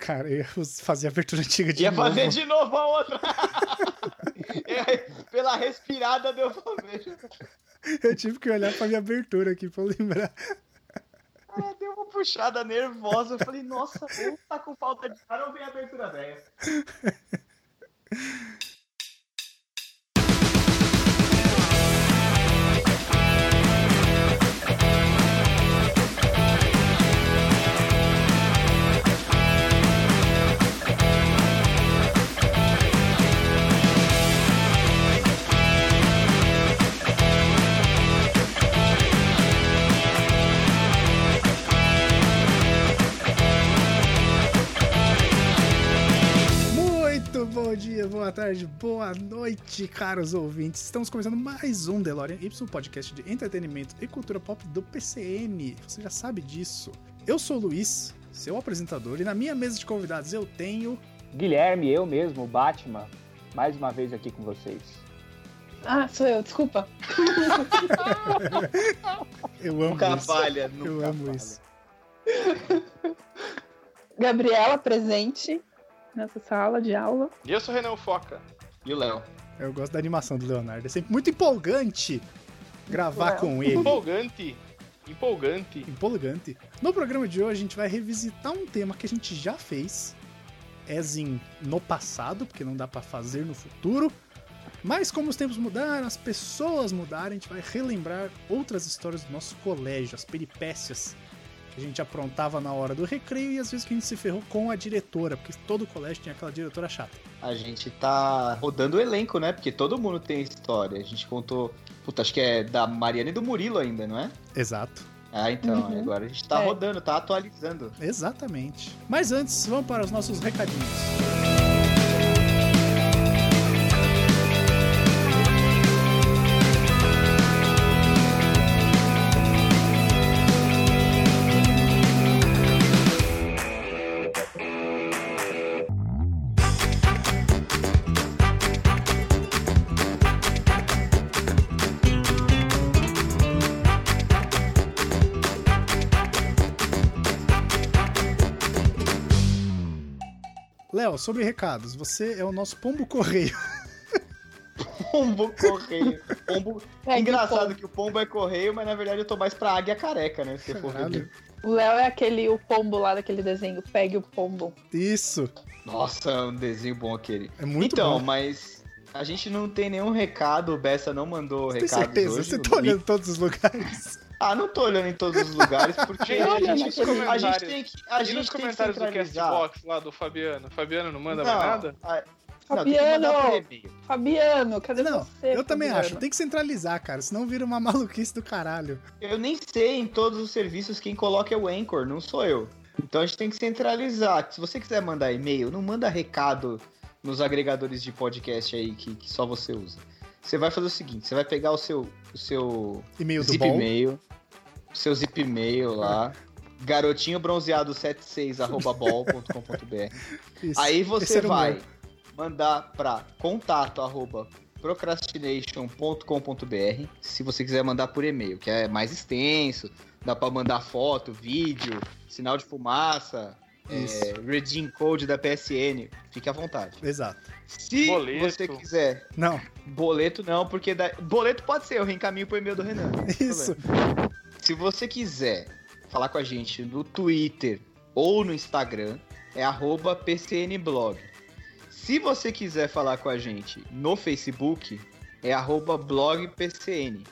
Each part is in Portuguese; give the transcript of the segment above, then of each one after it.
cara, ia fazer a abertura antiga de Ia novo. fazer de novo a outra. É, Pela respirada deu pra ver. Eu tive que olhar pra minha abertura aqui pra eu lembrar. Cara, É, deu uma puxada nervosa. Eu falei, nossa, ou tá com falta de ar ou vem a abertura velha. Muito bom dia, boa tarde, boa noite, caros ouvintes. Estamos começando mais um DeLorean Y, podcast de entretenimento e cultura pop do PCM. Você já sabe disso. Eu sou o Luiz, seu apresentador, e na minha mesa de convidados eu tenho. Guilherme, eu mesmo, Batman, mais uma vez aqui com vocês. Ah, sou eu, desculpa. Eu amo Nunca isso. falha, Eu nunca amo falha. isso. Gabriela presente nessa sala de aula. E eu sou o Renan Foca. E o Léo? Eu gosto da animação do Leonardo. É sempre muito empolgante gravar Muito um com ele. Empolgante. Empolgante. empolgante. No programa de hoje a gente vai revisitar um tema que a gente já fez, as in no passado, porque não dá pra fazer no futuro. Mas como os tempos mudaram, as pessoas mudaram, a gente vai relembrar outras histórias do nosso colégio, as peripécias que a gente aprontava na hora do recreio e às vezes que a gente se ferrou com a diretora, porque todo colégio tinha aquela diretora chata. A gente tá rodando o elenco, né? Porque todo mundo tem história. A gente contou. Puta, acho que é da Mariana e do Murilo ainda, não é? Exato. Ah, então. Uhum. Agora a gente tá É. rodando, tá atualizando. Exatamente. Mas antes, vamos para os nossos recadinhos. Léo, sobre recados, você é o nosso pombo correio. Pombo correio. Pombo... É, É engraçado que o pombo é correio, mas na verdade eu tô mais pra águia careca, né? Se você for ver. Caralho. bem. que o Léo é aquele o pombo lá daquele desenho, pegue o pombo. Isso, Nossa, é um desenho bom aquele. é muito então, bom. mas a gente não tem nenhum recado. O Bessa não mandou Tem recado. certeza, hoje, você o tá Luiz- olhando todos os lugares. Ah, não tô olhando em todos os lugares, porque Gente, a, olha gente, nos a gente comentários. tem que. A e gente nos tem que comentários do centralizar. Castbox lá do Fabiano? Fabiano não manda mais nada? a- não, tem que Fabiano! mandar por e-mail. Fabiano, cadê Não, você? Eu também Fabiano? acho, tem que centralizar, cara, senão vira uma maluquice do caralho. Eu nem sei em todos os serviços quem coloca é o Anchor, não sou eu. Então a gente tem que centralizar. Se você quiser mandar e-mail, não manda recado nos agregadores de podcast aí que, que só você usa. Você vai fazer o seguinte, você vai pegar o seu, o seu E-mail do zip bom. e-mail, o seu zip e-mail lá, garotinho bronzeado 76@bol.com.br. Isso. Aí esse você era o vai meu. mandar para contato arroba procrastination.com.br se você quiser mandar por e-mail, que é mais extenso, dá para mandar foto, vídeo, sinal de fumaça, Isso. é, redeem code da PSN, fique à vontade. Exato. Se Boleto. você quiser Não, boleto não, porque da- boleto pode ser, eu reencaminho pro e-mail do Renan. não tem isso. se você quiser falar com a gente no Twitter ou no Instagram, é arroba PCNblog. Se você quiser falar com a gente no Facebook, é arroba blog PCN.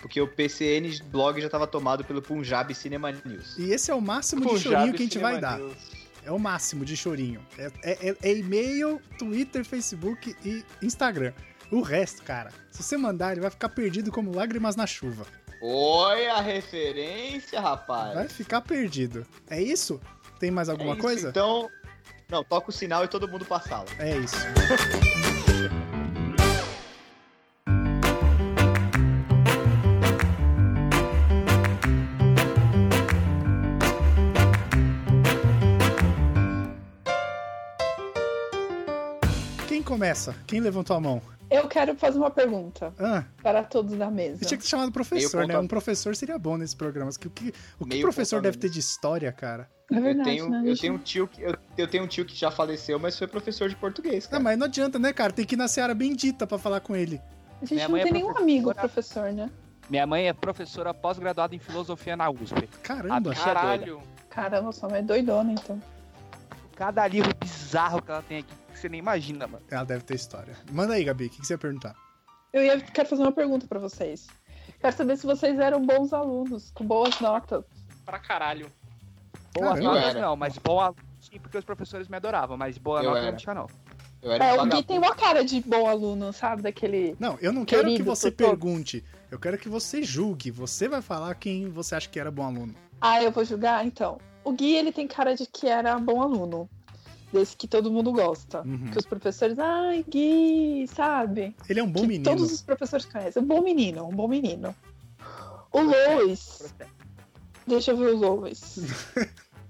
Porque o PCN blog já estava tomado pelo Punjab Cinema News. E esse é o máximo Tipo um de Punjab chorinho que a gente Cinema vai dar. News. É o máximo de chorinho. É, é- é- é e-mail, Twitter, Facebook e Instagram. O resto, cara, se você mandar, ele vai ficar perdido como lágrimas na chuva. Oi, a referência, rapaz. Vai ficar perdido. É isso? Tem mais É alguma isso, coisa? Então, não, toca o sinal e todo mundo pra sala. É isso. Quem começa? Quem levantou a mão? Eu quero fazer uma pergunta Ah, para todos da mesa. eu tinha que ter chamado professor, Tá. Meio né? ponto a- Um professor seria bom nesses programas. que O que, o que Meio professor ponto a deve ter de história, cara? É verdade, eu tenho, né? eu gente? tenho um tio que eu, eu tenho um tio que já faleceu, mas foi professor de português, Ah, cara. mas não adianta, né, cara? Tem que ir na Seara Bendita pra falar com ele. A gente Minha não mãe é tem nenhum professora. amigo professor, né? Minha mãe é professora pós-graduada em filosofia na USP. Caramba. Ah, Caralho. Caramba, sua mãe é doidona, então. Cada livro bizarro que ela tem aqui, que você nem imagina, mano. Ela deve ter história. Manda aí, Gabi, o que que você ia perguntar? Eu ia, quero fazer uma pergunta pra vocês. Quero saber se vocês eram bons alunos, com boas notas. Pra caralho. Boas Caramba. notas Eu era. não, mas boa sim, porque os professores me adoravam, mas boa Eu nota era. não tinha não. Eu era um É, o Gui vagabundo. tem uma cara de bom aluno, sabe? Daquele. Não, eu não quero que Querido, você doutor. pergunte. Eu quero que você julgue. Você vai falar quem você acha que era bom aluno. Ah, eu vou julgar? Então. O Gui, ele tem cara de que era bom aluno. Desse que todo mundo gosta. Uhum. Que os professores, ai, Gui, sabe? Ele é um bom que menino. Todos os professores conhecem. Um bom menino, um bom menino. O Lois. Deixa eu ver o Lois.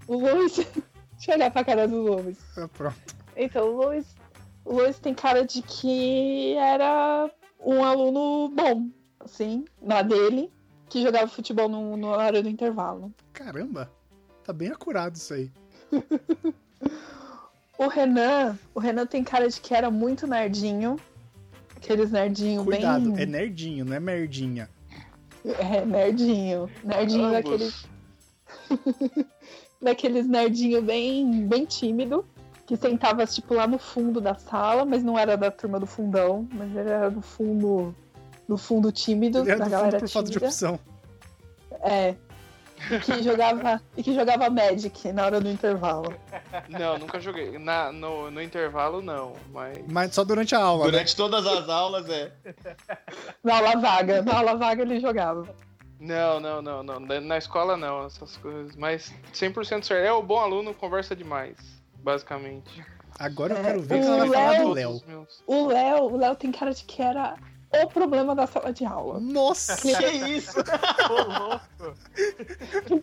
o Lois. Deixa eu olhar pra cara do Lois. Ah, pronto. Então, o Lois, o Lois tem cara de que era um aluno bom, assim, na dele, que jogava futebol no, no horário do intervalo. Caramba. Tá bem acurado isso aí. O Renan, o Renan tem cara de que era muito nerdinho. Aqueles nerdinho Cuidado, é bem. nerdinho, não é merdinha. É... nerdinho. Nerdinho Ambos. daquele, daqueles nerdinho bem, bem tímido. Que sentava, tipo, lá no fundo da sala, mas não era da turma do fundão, mas ele era do fundo. Do fundo tímido, Ele era da do fundo galera por falta de tímida. opção. É. E que jogava, e que jogava Magic na hora do intervalo. Não, nunca joguei. Na, no, no intervalo, não. Mas. Mas só durante a aula, né? Durante todas as aulas, é. Na aula vaga. Na aula vaga ele jogava. Não, não, não, não. Na na escola, não. Essas coisas. Mas 100% certo. É o bom aluno, conversa demais. Basicamente. Agora eu É, quero ver o que o você vai falar do Léo- Léo. Todos os meus. O Léo, o Léo tem cara de que era o problema da sala de aula. Nossa! Que isso?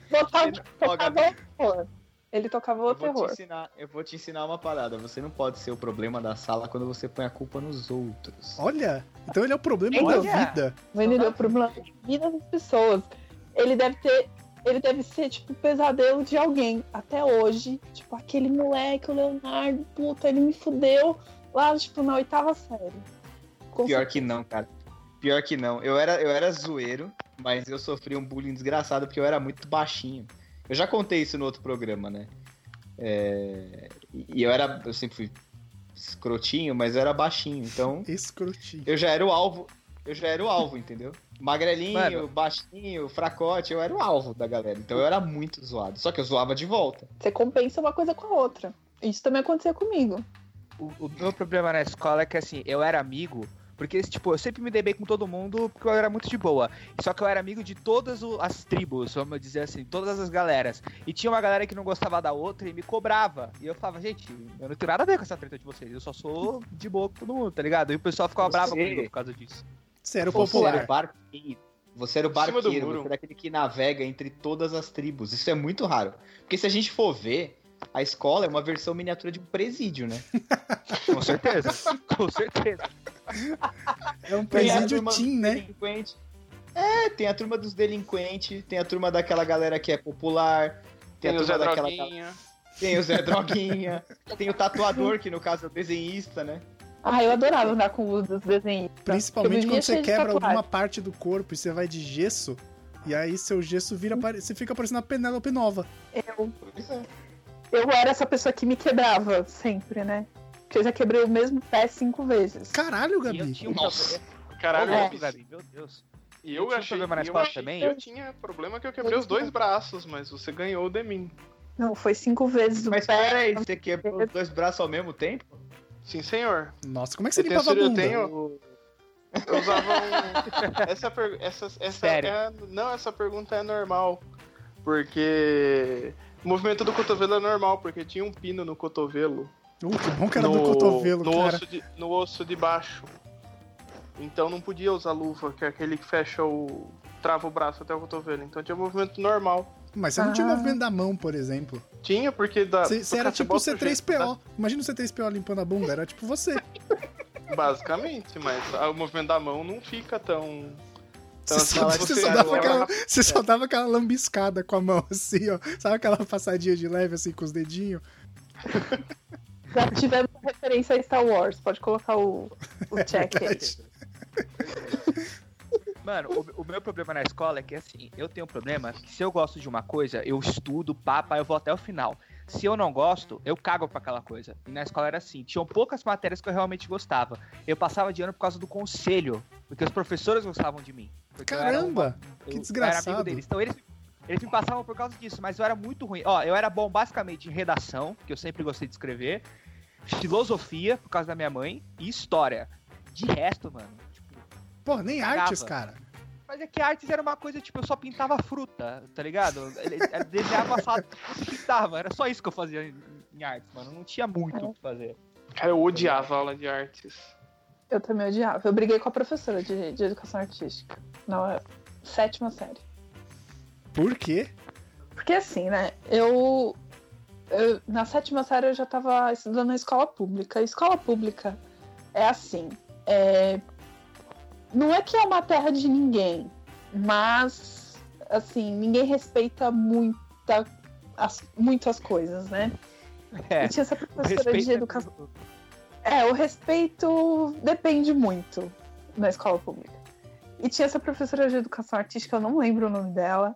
Botava, Ó, tocava Gabi, o terror. Ele tocava o eu vou, te terror. ensinar, eu vou te ensinar uma parada. Você não pode ser o problema da sala quando você põe a culpa nos outros. Olha! Então ele é o problema Olha. da vida. Ele deu problema na vida das pessoas. Ele deve ter. Ele deve ser, tipo, um pesadelo de alguém até hoje. Tipo, aquele moleque, o Leonardo, puta, ele me fudeu lá, tipo, na oitava série. Com Pior que não, cara. Pior que não. Eu era, eu era zoeiro, mas eu sofri um bullying desgraçado porque eu era muito baixinho. Eu já contei isso no outro programa, né? É, E eu era. Eu sempre fui escrotinho, mas eu era baixinho. Então Escrotinho. eu já era o alvo. Eu já era o alvo, entendeu? Magrelinho, Mano. baixinho, fracote, eu era o alvo da galera. Então eu era muito zoado. Só que eu zoava de volta. Você compensa uma coisa com a outra. Isso também acontecia comigo. O, o meu problema na escola é que assim, eu era amigo, porque tipo, eu sempre me dei bem com todo mundo, porque eu era muito de boa. Só que eu era amigo de todas o- as tribos, vamos dizer assim, todas as galeras. E tinha uma galera que não gostava da outra e me cobrava. E eu falava, gente, eu não tenho nada a ver com essa treta de vocês, eu só sou de boa com todo mundo, tá ligado? E o pessoal ficava Você- bravo comigo por causa disso. Você era o Você era popular. o barqueiro. Você era o Em cima do barqueiro, muro. você era aquele que navega entre todas as tribos. Isso é muito raro. Porque se a gente for ver, a escola é uma versão miniatura de um presídio, né? Com certeza, com certeza. É um Tem a presídio turma Tim, dos né? delinquentes. É, tem a turma dos delinquentes, tem a turma daquela galera que é popular, tem, Tem a o Zé turma daquela Droguinha. Tem o Zé Droguinha, tem o tatuador, que no caso é o desenhista, né? Ah, eu adorava andar com os dos desenhos. Principalmente Eu vivia quando você cheia de quebra tatuagem. alguma parte do corpo e você vai de gesso. E aí seu gesso vira. pare- Você fica parecendo a Penélope Nova. Eu, Pois é. eu era essa pessoa que me quebrava sempre, né? Porque eu já quebrei o mesmo pé cinco vezes. Caralho, E eu Gabi. tinha um Nossa. problema. Caralho, É. eu fiz. Gabi, meu Deus. E Eu eu tinha um achei. problema na eu escola achei que também? Eu tinha problema que eu quebrei os dois braços, mas você ganhou de mim. Não, foi cinco vezes o Mas pé. peraí, você quebrou os dois braços ao mesmo tempo? Sim, senhor. um Nossa, como é que você eu, tenho, limpava a eu bunda? tenho. Eu usava um. Essa, per- essa, essa Sério? é- Não, essa pergunta é normal. Porque. O movimento do cotovelo é normal, porque tinha um pino no cotovelo. Uh, que bom que era do cotovelo, no cara. Osso de, no osso de baixo. Então não podia usar luva, que é aquele que fecha o. trava o braço até o cotovelo. Então tinha movimento normal. Mas você não tinha Ah. movimento da mão, por exemplo. Tinha, porque da. Você, você do era tipo o cacebol pro jeito C3PO. Imagina o C3PO limpando a bunda, era tipo você. né? da- Basicamente, mas ah, o movimento da mão não fica tão. Então, Você se só- você você só dava leva- aquela- Você só dava aquela lambiscada com a mão, assim, ó. Sabe aquela passadinha de leve, assim, com os dedinhos? Já tivemos referência a Star Wars, pode colocar o, o check aí. Mano, o, o meu problema na escola é que assim, eu tenho um problema que se eu gosto de uma coisa, eu estudo, papa, eu vou até o final. Se eu não gosto, eu cago pra aquela coisa. E na escola era assim, tinham poucas matérias que eu realmente gostava. Eu passava de ano por causa do conselho, porque os professores gostavam de mim. Porque eu era um- Caramba! eu- que Eu era desgraçado. amigo deles. Então eles, eles me passavam por causa disso, mas eu era muito ruim. Ó, eu era bom basicamente em redação, que eu sempre gostei de escrever, filosofia, por causa da minha mãe, e história. De resto, mano, tipo, Pô, nem Cagava. artes, cara. mas é que artes era uma coisa, tipo, eu só pintava fruta, tá ligado? Ele- ele Desenhava salada e pintava. Era só isso que eu fazia em, em artes, mano. Não tinha muito o que É. fazer. Cara, eu odiava aula de artes. Eu também odiava. Eu briguei com a professora de, de educação artística na sétima série. Por quê? Porque assim, né? Eu, eu- na sétima série eu já tava estudando na escola pública. E escola pública é assim. é, não é que é uma terra de ninguém, mas assim, ninguém respeita muita, as, muitas coisas, né? É. E tinha essa o professora de respeito é educação. tudo. É, o respeito depende muito na escola pública. E tinha essa professora de educação artística, eu não lembro o nome dela,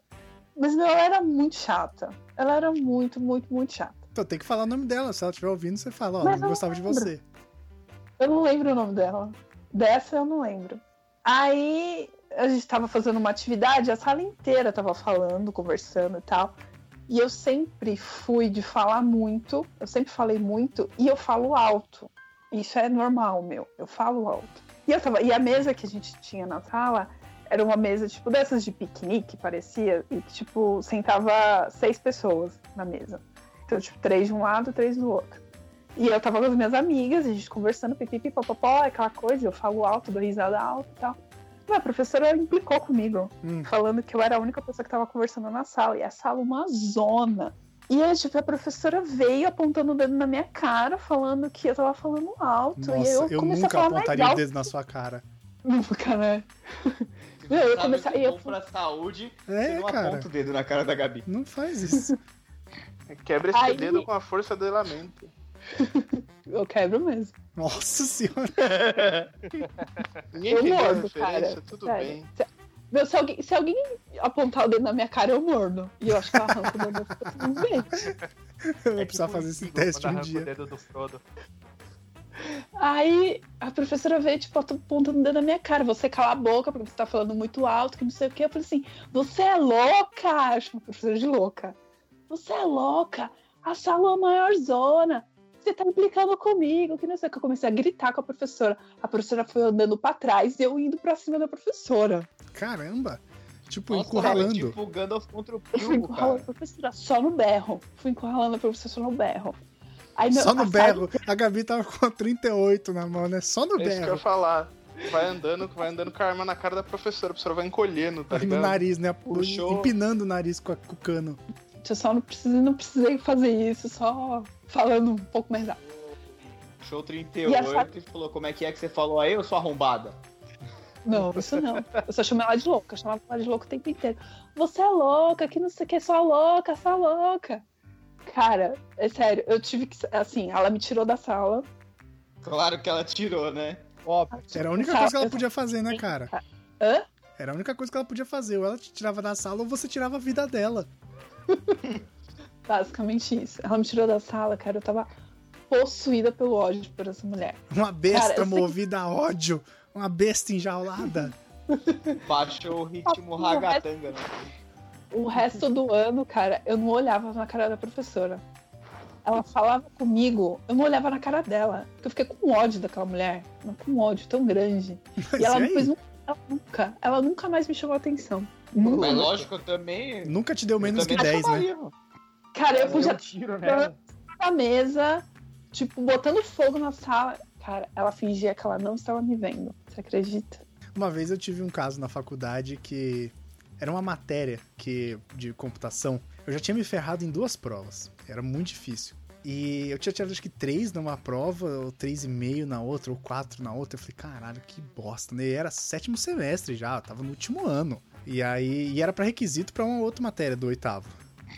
mas meu, ela era muito chata. Ela era muito, muito, muito chata. Então tem que falar o nome dela. Se ela estiver ouvindo, você fala, ó, Mas não eu gostava de lembro. você. Eu não lembro o nome dela. Dessa eu não lembro. Aí a gente tava fazendo uma atividade, a sala inteira tava falando, conversando e tal. E eu sempre fui de falar muito, eu sempre falei muito e eu falo alto. Isso é normal, meu. Eu falo alto. E, eu tava, e a mesa que a gente tinha na sala era uma mesa tipo dessas de piquenique, parecia, e que, tipo, sentava seis pessoas na mesa. Então, tipo, três de um lado, três do outro. E eu tava com as minhas amigas, a gente conversando, pipipi, popopó, aquela coisa, eu falo alto, dou risada alta e tal. Mas a professora implicou comigo, Hum. falando que eu era a única pessoa que tava conversando na sala, e a sala uma zona. E aí, tipo, a professora veio apontando o dedo na minha cara, falando que eu tava falando alto. Nossa, e eu, eu, comecei a nunca falar mais apontaria o alto. dedo na sua cara. Nunca, né? Não, eu ia Sabe começar- o que é eu ia bom pra saúde, você É, não cara. aponta o dedo na cara da Gabi. Não faz isso. Quebra esse Aí- dedo com a força do lamento. Eu quebro mesmo. Nossa senhora. Ninguém Eu entendeu a mordo, referência, cara. tudo Sério. bem. Meu, se alguém, se alguém apontar o dedo na minha cara, eu mordo. E eu acho que eu assim, arranco o dedo das pessoas. Tudo bem. Eu vou É É precisar tipo Tipo, fazer esse teste um né? dia. Aí a professora veio, tipo, apontando o dedo na minha cara. Você cala a boca porque você tá falando muito alto, que não sei o quê. Eu falei assim, você é louca! Eu chamo a professora de louca. Você é louca! A sala é a maior zona! Você tá implicando comigo, que não sei o que. Eu comecei a gritar com a professora. A professora foi andando pra trás e eu indo pra cima da professora. Caramba. Tipo, Nossa, encurralando. é tipo o Gandalf contra o Eu fui Bilbo, encurralando a cara. professora só no berro. Fui encurralando a professora no berro. Aí, meu, Só a no sala berro. A Gabi tava com a 38 na mão, né? Só no É isso que eu ia berro. falar. Vai andando, vai andando com a arma na cara da professora. A professora vai encolhendo, tá No ligado? nariz, né? Puxou. Empinando o nariz com, a- com o cano. Eu só não precisei, não precisei fazer isso, só falando um pouco mais alto. Show E a 38 Sara- e falou, como é que é que você falou aí, eu sou arrombada? Não, isso não. Eu só chamei ela de louca, eu chamava ela de louca o tempo inteiro. Você é louca, que não sei o que, só louca, só louca. Cara, é sério, eu tive que. Assim, ela me tirou da sala. Claro que ela tirou, né? Era a única Sala- coisa que ela eu- podia fazer, né, cara? Hã? Era a única coisa que ela podia fazer. Ou ela te tirava da sala ou você tirava a vida dela. Basicamente isso. Ela me tirou da sala, cara. Eu tava possuída pelo ódio por essa mulher. Uma besta Cara, eu sei que- movida a ódio. Uma besta enjaulada. Baixou o ritmo Nossa, ragatanga, né? O resto do ano, cara, eu não olhava na cara da professora. Ela falava comigo, eu não olhava na cara dela. Porque eu fiquei com ódio daquela mulher. Com um ódio tão grande. Mas é e ela é e aí? depois nunca, ela nunca, ela nunca mais me chamou a atenção. Mas Nunca. lógico, eu também... Nunca te deu eu menos que também 10, né? chamaria, mano. Cara, eu Deu já um tiro né? tava nela. na mesa, tipo, botando fogo na sala. Cara, ela fingia que ela não estava me vendo. Você acredita? Uma vez eu tive um caso na faculdade que era uma matéria que de computação. Eu já tinha me ferrado em duas provas. Era muito difícil. E eu tinha tirado acho que 3 numa prova, ou 3,5 na outra, ou 4 na outra. Eu falei, caralho, que bosta, né? E era sétimo semestre já, eu tava no último ano. E aí, e era pra requisito pra uma outra matéria do oitavo.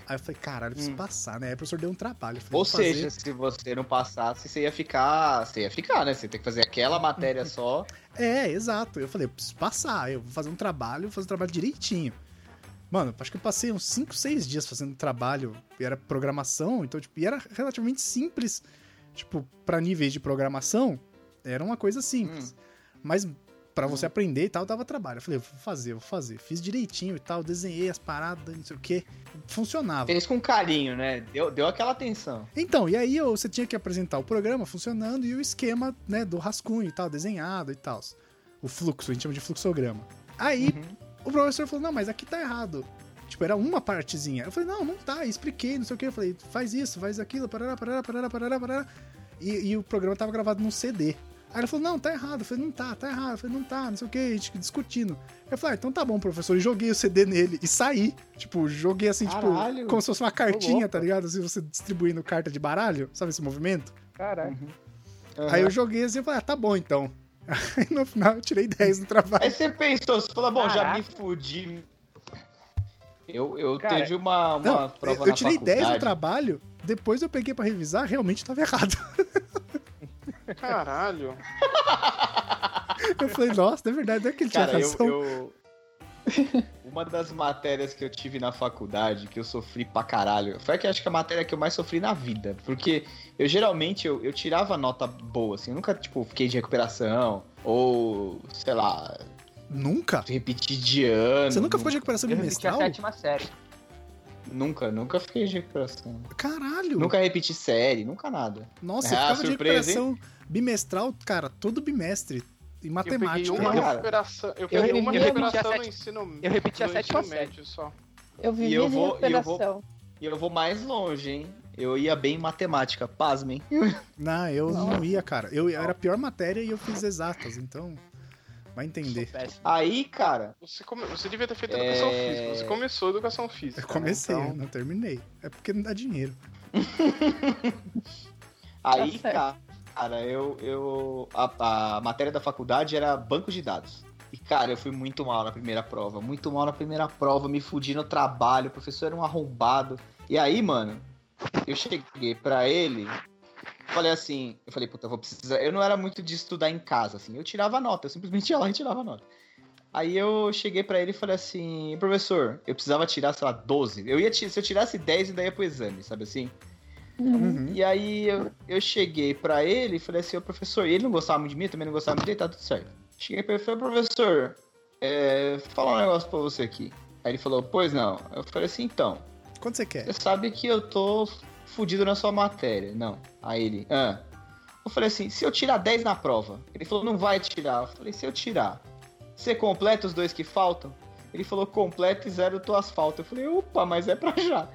Aí eu falei, caralho, eu preciso Hum. passar, né? Aí o professor deu um trabalho. Eu falei, Ou vou fazer. seja, se você não passasse, você ia ficar. Você ia ficar, né? Você ia ter que fazer aquela matéria só. É, exato. Eu falei, eu preciso passar, eu vou fazer um trabalho, vou fazer um trabalho direitinho. Mano, acho que eu passei uns 5, 6 dias fazendo trabalho, e era programação, então, tipo, e era relativamente simples. Tipo, pra níveis de programação, era uma coisa simples. Mas pra você aprender e tal, dava trabalho. Eu falei, eu vou fazer, eu vou fazer. Fiz direitinho e tal, desenhei as paradas, não sei o quê. Funcionava. Fez com carinho, né? Deu, deu aquela atenção. Então, e aí eu- você tinha que apresentar o programa funcionando e o esquema, né, do rascunho e tal, desenhado e tal. O fluxo, a gente chama de fluxograma. Aí Uhum. o professor falou, não, mas aqui tá errado. Tipo, era uma partezinha. Eu falei, não, não tá, e expliquei, não sei o que. Eu falei, faz isso, faz aquilo, parará, parará, parará, parará, parará. E, e o programa tava gravado num CD. Aí ele falou, não, tá errado. Eu falei, não tá, tá errado. Eu falei, não tá, não sei o que, a gente discutindo. Eu falei, ah, então tá bom, professor. E joguei o CD nele e saí. Tipo, joguei assim, Caralho. tipo, como se fosse uma cartinha, louco. tá ligado? Assim, você distribuindo carta de baralho, sabe esse movimento? Caralho. Aí eu joguei assim e falei, ah, tá bom então. Aí no final eu tirei 10 no trabalho. Aí você pensou, você falou, bom, já Caraca. me fudi. Eu, eu Cara, teve uma, uma Não, prova eu na tirei 10 no faculdade. trabalho, depois eu peguei pra revisar, realmente tava errado. Caralho. Eu falei, nossa, é verdade, não é que ele tinha Cara, eu, razão. eu- Uma das matérias que eu tive na faculdade, que eu sofri pra caralho, foi a que acho que a matéria que eu mais sofri na vida. Porque eu geralmente eu, eu tirava nota boa, assim, eu nunca, tipo, fiquei de recuperação, ou, sei lá, Nunca? repetir de ano. Você nunca ficou de recuperação Eu repeti a bimestral? sétima série. Nunca, nunca fiquei de recuperação. Caralho! Nunca repeti série, nunca nada. Nossa, eu Ah, ficava surpresa, de recuperação bimestral, cara, todo bimestre. Em matemática. Eu peguei uma cara. recuperação. Eu peguei uma revivi a recuperação no sete- ensino eu repeti a no sétima ensino médio só. Eu vivi E eu de vou- e eu vou- recuperação. E eu vou mais longe, hein? Eu ia bem em matemática, pasmem. Não, eu não ia, cara. Eu era a pior matéria e eu fiz exatas, então. Vai entender. Sou péssimo. Aí, cara, Você, come- você devia ter feito É. educação física. Você começou educação física. Eu comecei, né? eu não terminei. É porque não dá dinheiro. Aí, Tá cara, cara, eu. eu a, a matéria da faculdade era banco de dados. E, cara, eu fui muito mal na primeira prova. Muito mal na primeira prova, me fudi no trabalho. O professor era um arrombado. E aí, mano, eu cheguei pra ele. Falei assim, eu falei, puta, eu vou precisar. Eu não era muito de estudar em casa, assim. Eu tirava nota, eu simplesmente ia lá e tirava nota. Aí eu cheguei pra ele e falei assim, professor, eu precisava tirar, sei lá, 12. Eu ia, ti- se eu tirasse 10, e daí ia pro exame, sabe assim? Uhum. E aí eu, eu cheguei pra ele e falei assim, ô professor, e ele não gostava muito de mim, eu também não gostava muito dele, tá tudo certo. Cheguei pra ele e falei, professor, é, falar um negócio pra você aqui. Aí ele falou, pois não. Eu falei assim, então, Quanto você quer? você sabe que eu tô fudido na sua matéria. Não. Aí ele, ah. Eu falei assim, se eu tirar 10 na prova? Ele falou, não vai tirar. Eu falei, se eu tirar, você completa os dois que faltam? Ele falou, completa e zero tu asfalto. Eu falei, opa, mas é pra já.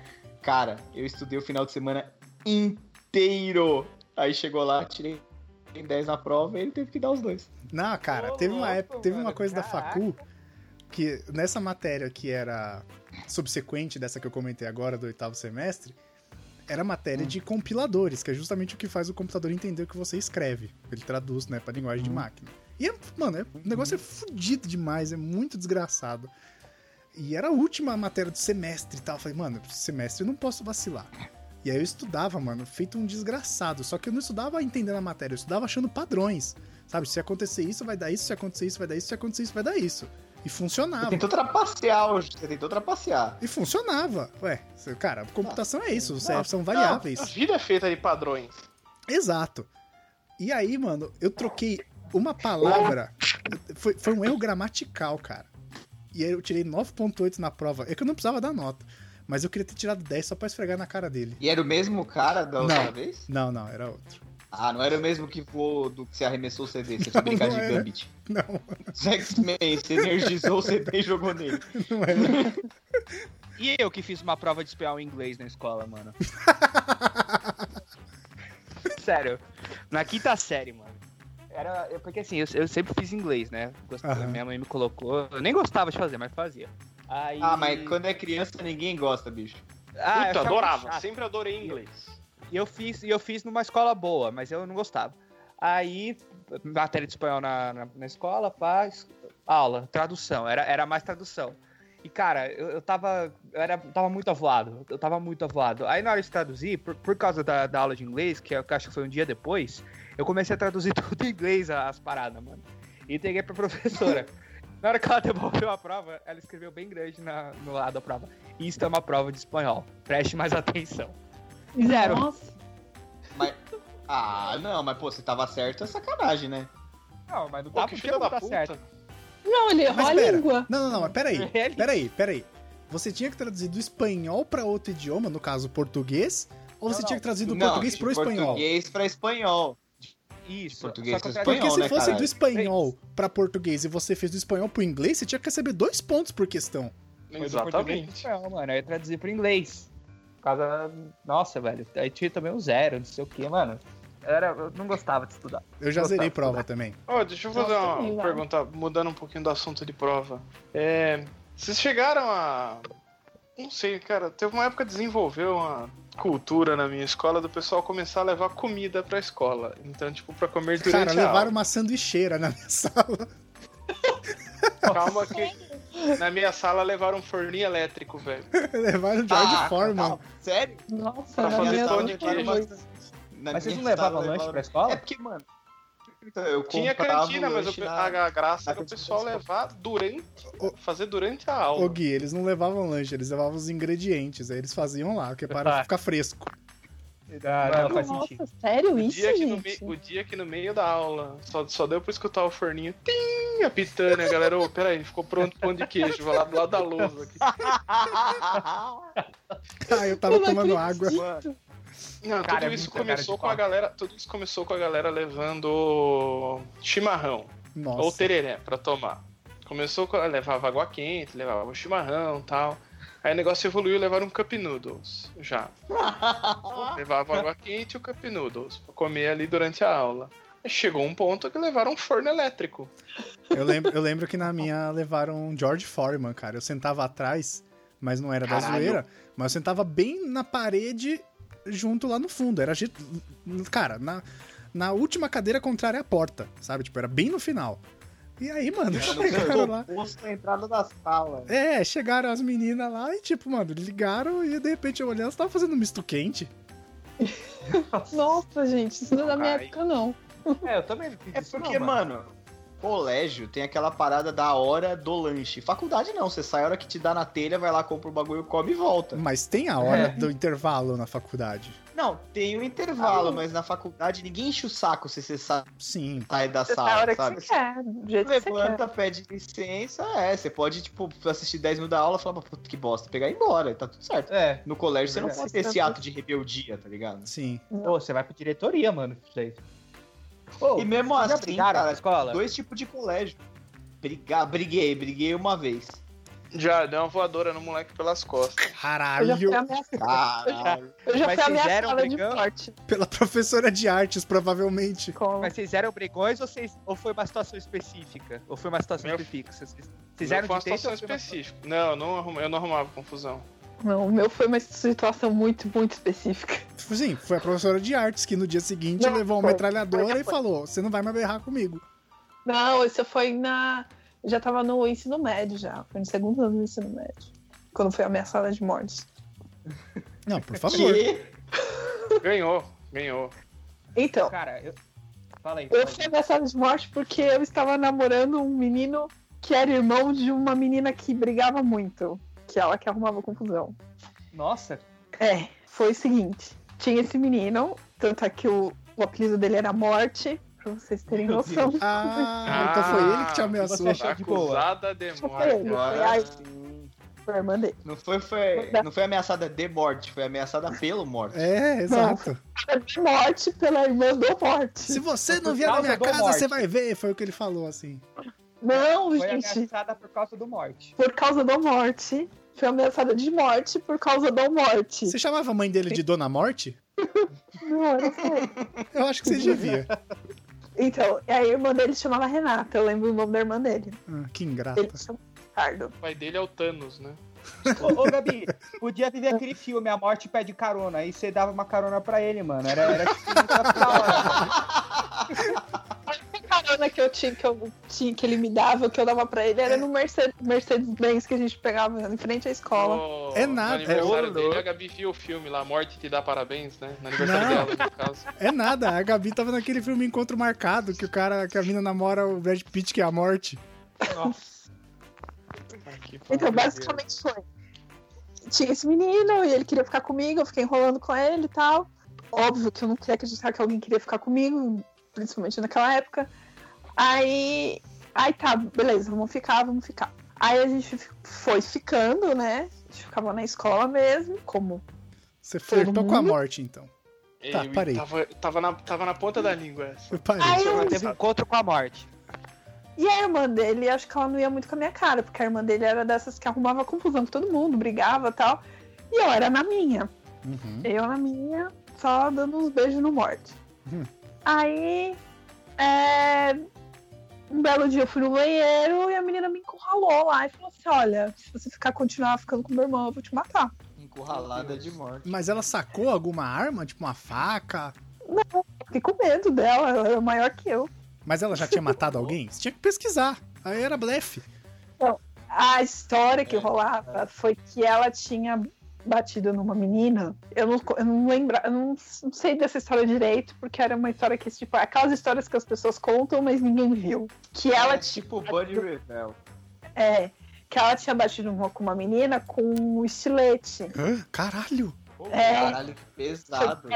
Cara, eu estudei o final de semana inteiro. Aí chegou lá, tirei 10 na prova e ele teve que dar os dois. Não, cara, Ô, teve uma louco, época, teve uma mano, coisa da caraca. Facu que nessa matéria que era subsequente dessa que eu comentei agora do oitavo semestre, era matéria de compiladores, que é justamente o que faz o computador entender o que você escreve. Ele traduz, né, pra linguagem de máquina. E, é, mano, é- o negócio é fudido demais, é muito desgraçado. E era a última matéria do semestre e tal. Eu falei, mano, semestre eu não posso vacilar. E aí eu estudava, mano, feito um desgraçado. Só que eu não estudava entendendo a matéria, eu estudava achando padrões. Sabe, se acontecer isso, vai dar isso, se acontecer isso, vai dar isso, se acontecer isso, vai dar isso. E Você funcionava. tentou trapacear hoje, você tentou trapacear. E funcionava. Ué, cê- cara, computação é isso, cê- Não, são A variáveis. vida é feita de padrões. Exato. E aí, mano, eu troquei uma palavra. Foi, foi um erro gramatical, cara. E aí eu tirei 9.8 na prova. É que eu não precisava dar nota. Mas eu queria ter tirado 10 só pra esfregar na cara dele. E era o mesmo cara da outra Não. vez? Não, não, era outro. Ah, não era o mesmo que voou do que você arremessou o CD, você foi brincar não de era. Gambit. Não, Os X-Men, você energizou o CD e jogou nele. não era. E eu que fiz uma prova de espanhol em inglês na escola, mano. Sério. Na quinta série, mano. Era, eu- porque assim, eu, eu sempre fiz inglês, né? Gostava, Aham. Minha mãe me colocou. Eu nem gostava de fazer, mas fazia. Aí... Ah, mas quando é criança ninguém gosta, bicho. Ah, eu Ah, Puta, achava adorava. chato. Sempre adorei inglês. E eu fiz, e eu fiz numa escola boa, mas eu não gostava. Aí, matéria de espanhol na, na, na escola, pá, es- aula, tradução, era, era mais tradução. E, cara, eu, eu tava. Eu era, tava muito avoado. Eu tava muito avoado. Aí na hora de traduzir, por, por causa da, da aula de inglês, que eu acho que foi um dia depois, eu comecei a traduzir tudo em inglês a- as paradas, mano. E entreguei pra professora. na hora que ela devolveu a prova, ela escreveu bem grande na, no lado da prova. Isto é uma prova de espanhol. Preste mais atenção. Zero. Nossa, Ah, não, mas pô, você tava certo, é sacanagem, né? Não, mas não Pô, tá que porque filho não da tá puta. certo. É não, ele errou Mas a pera. língua. Não, não, não, mas peraí. Ele- Peraí, peraí. Você tinha que traduzir do espanhol pra outro idioma, no caso português, ou Não, você não. tinha que traduzir do Não, português de pro espanhol? Português é pra espanhol. Isso. Português só que eu com traduzi- Porque espanhol, se né, fosse caralho? do espanhol pra português e você fez do espanhol pro inglês, você tinha que receber dois pontos por questão. Foi do português pro Exatamente. espanhol, mano. Eu ia traduzir pro inglês. Por causa. Nossa, velho. Aí tinha também um zero, não sei o que, mano. Eu Era, eu não gostava de estudar. Eu já Então tá, zerei tá. prova também. Ó, deixa eu fazer Nossa, uma legal. pergunta, mudando um pouquinho do assunto de prova. É, vocês chegaram a. Não sei, cara, teve uma época que desenvolveu uma cultura na minha escola do pessoal começar a levar comida pra escola. Então, tipo, pra comer durante Cara, a aula. levaram uma sanduicheira na minha sala. Calma que na minha sala levaram um forninho elétrico, velho. levaram George Ah, Foreman. Sério? Nossa, Tá Pra na fazer minha pão mão de foi queijo. dois. Na Mas vocês minha não levavam sala, lanche pra É escola? porque, mano. então, Eu Tinha comprava cantina, o mas lanche eu- na- a graça na era o cantina da pessoal escola. levar durante. Ô- fazer durante a Ô aula. Gui, eles não levavam lanche, eles levavam os ingredientes. Aí eles faziam lá, que é para Tá. ficar fresco. Ah, não, faz sentido. Nossa, sério O isso, dia, que no gente? mei- o dia que no meio da aula só, só deu pra escutar o forninho tim, apitando, e a galera, ô, peraí, ficou pronto o pão de queijo, vai lá do lado da lousa aqui. Ah, eu tava não tomando acredito. água. Não, Cara, é tudo isso muita cara de começou com a pau. galera, tudo isso começou com a galera levando chimarrão ou Nossa. tereré pra tomar. Começou com levava água quente, levava chimarrão, tal. Aí o negócio evoluiu, levaram um cup noodles já. Levava água quente e o cup noodles pra comer ali durante a aula. Aí Chegou um ponto que levaram um forno elétrico. Eu lembro, eu lembro que na minha levaram George Foreman, cara. Eu sentava atrás, mas não era da Caralho. zoeira. Mas eu sentava bem na parede, junto lá no fundo. Era. ge- Cara, na, na última cadeira contrária à porta, sabe? Tipo, era bem no final. E aí, mano, chegaram lá. posto na entrada da sala. É, chegaram as meninas lá e, tipo, mano, ligaram e de repente eu olhei, elas estavam fazendo misto quente. Nossa, gente, isso não é da minha Ai. época, não. É, eu também não fiz É isso, porque, não, mano, colégio tem aquela parada da hora do lanche. Faculdade não, você sai a hora que te dá na telha, vai lá, compra o bagulho, come e volta. Mas tem a hora É. do intervalo na faculdade. Não, tem um intervalo, Ah, não. mas na faculdade ninguém enche o saco se você sai Sim. da Você sai a sala, hora que sabe? É, do jeito que você quer. Levanta, pede licença, é. Você pode, tipo, assistir 10 minutos da aula e falar, "Mas, puta que bosta, pegar e ir embora, tá tudo certo. É. No colégio você não É. pode ter esse ato de rebeldia, tá ligado? Sim. Pô, você vai pra diretoria, mano. isso aí. Ô, E mesmo vocês já assim, brigaram cara, na escola? Dois tipos de colégio. Brigar, briguei, briguei uma vez. Já deu uma voadora no moleque pelas costas. Eu já Caralho, fui ameaçada, Caralho. eu já Mas fui vocês eram ameaçada de brigando? morte. pela professora de artes, provavelmente. Com... Mas vocês eram brigões ou, vocês, ou foi uma situação específica? Ou foi uma situação Meu- específica? Vocês, vocês Fizeram eram foi uma de dentro situação ou foi uma- específica. Não, eu não arruma- eu não arrumava confusão. Não, o meu foi uma situação muito, muito específica. Sim, Tipo assim, foi a professora de artes que no dia seguinte Não, levou uma foi. metralhadora Foi, e foi. falou: Você não vai mais berrar comigo. Não, isso foi na. Já tava no ensino médio já. Foi no segundo ano do ensino médio. Quando fui ameaçada de morte. Não, por favor. Que? Ganhou, ganhou. Então, Cara, eu. Fala aí. eu fala aí. fui ameaçada de morte porque eu estava namorando um menino que era irmão de uma menina que brigava muito. Que ela que arrumava confusão. Nossa, É, foi o seguinte. Tinha esse menino, tanto é que o, o apelido dele era Morte, pra vocês terem Meu noção. Ah, Ah, então foi ele que te você ameaçou. achou- Tá de boa. Acusada de Foi ele, morte. foi a, foi a irmã dele. Não foi, foi, não foi ameaçada de morte, foi ameaçada pelo morte. É, exato. Morte pela irmã do Morte. Se você não Por vier na causa minha do casa, morte. você vai ver. Foi o que ele falou, assim. Não, foi gente. ameaçada por causa do morte. por causa da morte. Foi ameaçada de morte por causa da morte. Você chamava a mãe dele de Dona Morte? Não, era sério. Eu acho que você devia. então, e aí a irmã dele chamava Renata, eu lembro o nome da irmã dele. Ah, que ingrata. Ele chamava Ricardo. O pai dele é o Thanos, né? Ô, ô, Gabi, podia viver aquele filme, A Morte Pede Carona. Aí você dava uma carona pra ele, mano. Era, era tipo muito da hora. A carona que eu tinha, que eu tinha, que ele me dava, que eu dava pra ele, era no Mercedes- Mercedes-Benz que a gente pegava em frente à escola. No- É nada, No é aniversário horror. dele, a Gabi viu o filme lá, Morte Te Dá Parabéns, né? No aniversário Não. dela, no caso. É nada, a Gabi tava naquele filme Encontro Marcado, que o cara, que a mina namora o Brad Pitt, que é a morte. Ai, que Então, maravilha. basicamente foi. Tinha esse menino e ele queria ficar comigo, eu fiquei enrolando com ele e tal. Óbvio que eu não queria acreditar que alguém queria ficar comigo, principalmente naquela época. Aí. Aí tá, beleza, vamos ficar, vamos ficar. Aí a gente fi- foi ficando, né? A gente ficava na escola mesmo, como Você flertou Todo com a mundo? morte, então. Tá, Eu parei. Tava, tava, na, tava na ponta da língua essa. Eu parei. Ai, eu- Teve um encontro com a morte. E a irmã dele, acho que ela não ia muito com a minha cara, porque a irmã dele era dessas que arrumava confusão com todo mundo, brigava e tal. E eu era na minha. Uhum. Eu na minha, só dando uns beijos no morte. Hum. Aí. é, Um belo dia eu fui no banheiro e a menina me encurralou lá e falou assim: Olha, se você ficar continuar ficando com meu irmão, eu vou te matar. Encurralada de morte. Mas ela sacou alguma arma, tipo uma faca? Fiquei com medo dela, ela era maior que eu. Mas ela já tinha matado alguém? Você tinha que pesquisar. Aí era blefe. A história que rolava foi que ela tinha batido numa menina. Eu não, co- eu não lembro, eu não, s- não sei dessa história direito, porque era uma história que, tipo, aquelas histórias que as pessoas contam, mas ninguém viu. Que ela, é tipo Bunny Rebel. é, que ela tinha batido uma, com uma menina com um estilete. Hã? Caralho! É. Caralho, que pesado. Foi-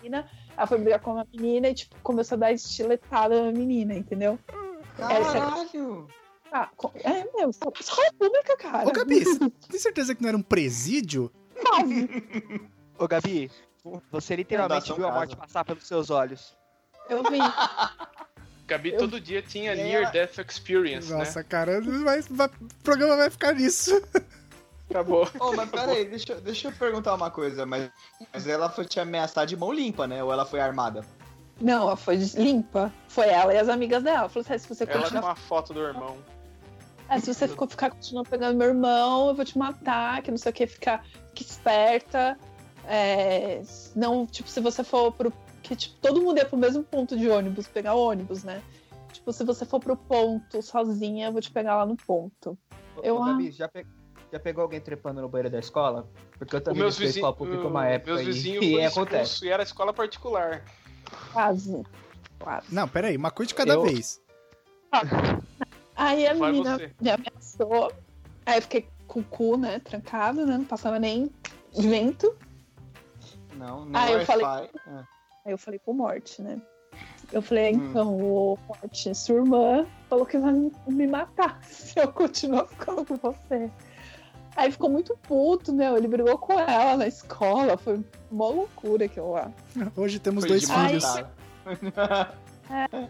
Menina, ela foi brigar com uma menina e, tipo, começou a dar estiletada na menina, entendeu? Caralho. Ah, co- é meu, só, só pública, cara. Ô, Gabi, você tem certeza que não era um presídio? Óbvio. Ô, Gabi, você literalmente Fundação viu a Casa. morte passar pelos seus olhos. Eu vi. Gabi Eu- todo dia tinha Ela- Near Death Experience, né? Nossa, cara, vai- vai- o programa vai ficar nisso. Acabou. Ô, mas peraí, deixa, eu- deixa eu perguntar uma coisa. Mas, mas ela foi te ameaçar de mão limpa, né? Ou ela foi armada? Não, ela foi limpa. Foi ela e as amigas dela. Falou assim: "Ah, se você Ela com continuar uma foto do irmão. Ah, se você ficou, ficar continuando pegando meu irmão, eu vou te matar, que não sei o que, fica, fica esperta. É, não, tipo, se você for pro. Que tipo, todo mundo ia pro mesmo ponto de ônibus, pegar ônibus, né? Tipo, se você for pro ponto sozinha, eu vou te pegar lá no ponto. Ô, Eu ô, Gabi, já, pe- já pegou alguém trepando no banheiro da escola? Porque eu Os também meus fui vizinhos. escola pública uma época. Meus e- vizinhos e é, foram acontece. expulsos e era escola particular. Quase. Quase. Não, peraí, uma coisa de cada Eu- vez. Aí a Vai menina você. me ameaçou. Aí eu fiquei com o cu, né? Trancado, né? Não passava nem vento. Não, não Ah, eu é falei- pai. Ah. Aí eu falei com o Morte, né? Eu falei, Hum. então, o Morte, sua irmã falou que vai me matar se eu continuar ficando com você. Aí ficou muito puto, meu. Ele brigou com ela na escola. Foi uma loucura aquilo lá. Hoje temos Foi dois de demais. filhos. Ai. matar.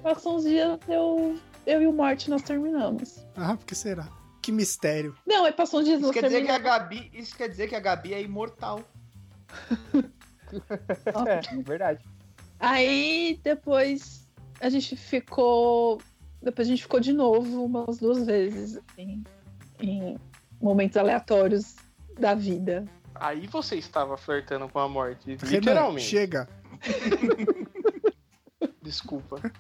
Passou uns dias, eu, eu e o Morte nós terminamos. Ah, por que será? Que mistério. Não, aí passou uns dias Isso nós quer, dizer que a terminamos. Gabi, isso quer dizer que a Gabi é imortal. É, verdade. Aí depois a gente ficou. Depois a gente ficou de novo umas duas vezes assim, em momentos aleatórios da vida. Aí você estava flertando com a morte. Renan, Literalmente. chega. Desculpa.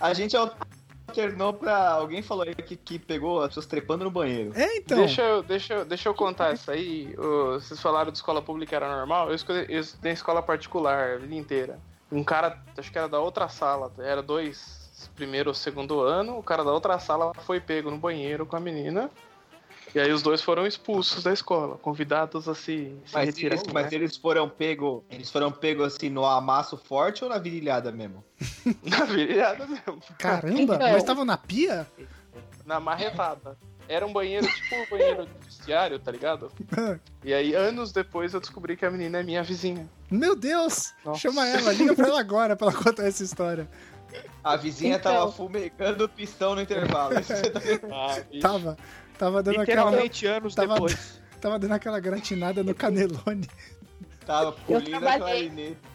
A gente alternou pra. Alguém falou aí que, que pegou as pessoas trepando no banheiro. É, então. Deixa, eu, deixa, eu- deixa eu contar isso aí. Ô, vocês falaram de escola pública era normal. Eu escolhi, eu estudei em escola particular a vida inteira. Um cara, acho que era da outra sala, era dois, primeiro ou segundo ano. O cara da outra sala foi pego no banheiro com a menina. E aí os dois foram expulsos da escola, convidados assim, a se, se Mas, retirar. eles, mas eles foram pego. Eles foram pego assim no amasso forte ou na virilhada mesmo? Na virada mesmo, Caramba, Então. mas estavam na pia? na marretada. Era um banheiro, tipo um banheiro de vestiário, tá ligado? E aí, anos depois, eu descobri que a menina é minha vizinha. Meu Deus! Nossa. Chama ela, liga pra ela agora pra ela contar essa história. A vizinha Então. tava fumegando o pistão no intervalo. Isso você tá vendo? Ah, Tava, tava dando aquela, Literalmente anos tava- depois. tava dando aquela gratinada no canelone. tava pulindo a trabalhei. clarinete.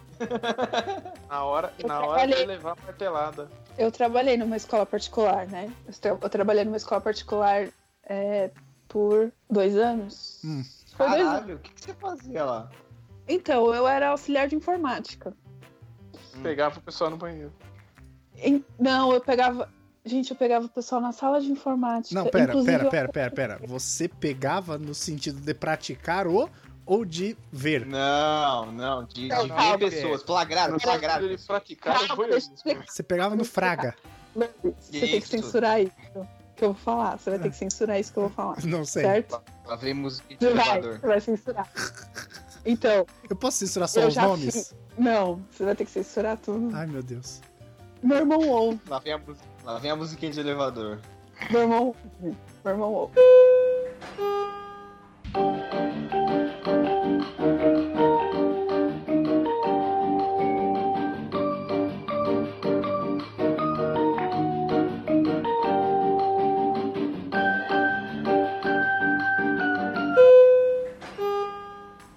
Na hora, Eu na hora de trabalhei. levar a martelada. Eu trabalhei numa escola particular, né? Eu, tra- eu trabalhei numa escola particular é, por dois anos. Hum. Foi dois anos. Caralho, o que, que você fazia lá? Então, eu era auxiliar de informática. Pegava o pessoal no banheiro. Em- Não, eu pegava. Gente, eu pegava o pessoal na sala de informática. Não, pera, Inclusive, pera, eu- pera, pera, pera. Você pegava no sentido de praticar o ou de ver? Não, não, de, Então, de Calma, ver porque- pessoas, flagraram, flagraram. Ele pessoas. Calma, Tá, praticava deixa eu voyeurismo. explicar. Você pegava no Fraga. Você tem que Isso. censurar isso que eu vou falar. Você vai É. ter que censurar isso que eu vou falar. Não sei. Certo? Lá vem música de Você vai, elevador. você vai censurar. Então, Eu posso censurar só Eu os já nomes? não, você vai ter que censurar tudo. Ai, meu Deus. Meu irmão ouve, Lá vem, a, mus- lá vem a musiquinha de elevador. meu irmão ouve, meu irmão ouve.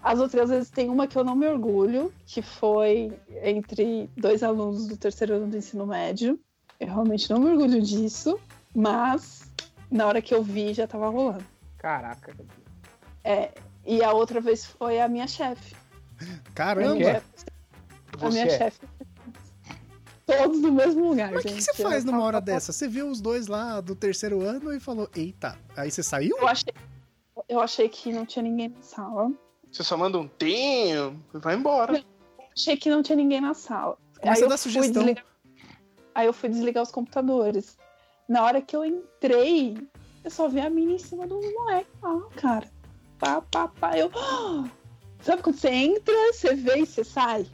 As outras vezes tem uma que eu não me orgulho, que foi entre dois alunos do terceiro ano do ensino médio. Eu realmente não me orgulho disso, mas na hora que eu vi já tava rolando. Caraca. É, e a outra vez foi a minha chefe. Não, Caramba! é- a é. minha chefe. Todos no mesmo lugar. Mas o que, que gente. você faz Eu numa hora tava- dessa? Você viu os dois lá do terceiro ano e falou, eita, aí você saiu? Eu achei, eu achei que não tinha ninguém na sala. Você só manda um tempo e vai embora. Achei que não tinha ninguém na sala. Começa a eu dar fui sugestão. desligar- Aí eu fui desligar os computadores. Na hora que eu entrei, eu só vi a mina em cima do moleque lá, cara. Pá, pá, pá. Eu. "Ah!" Sabe quando você entra, você vê e você sai?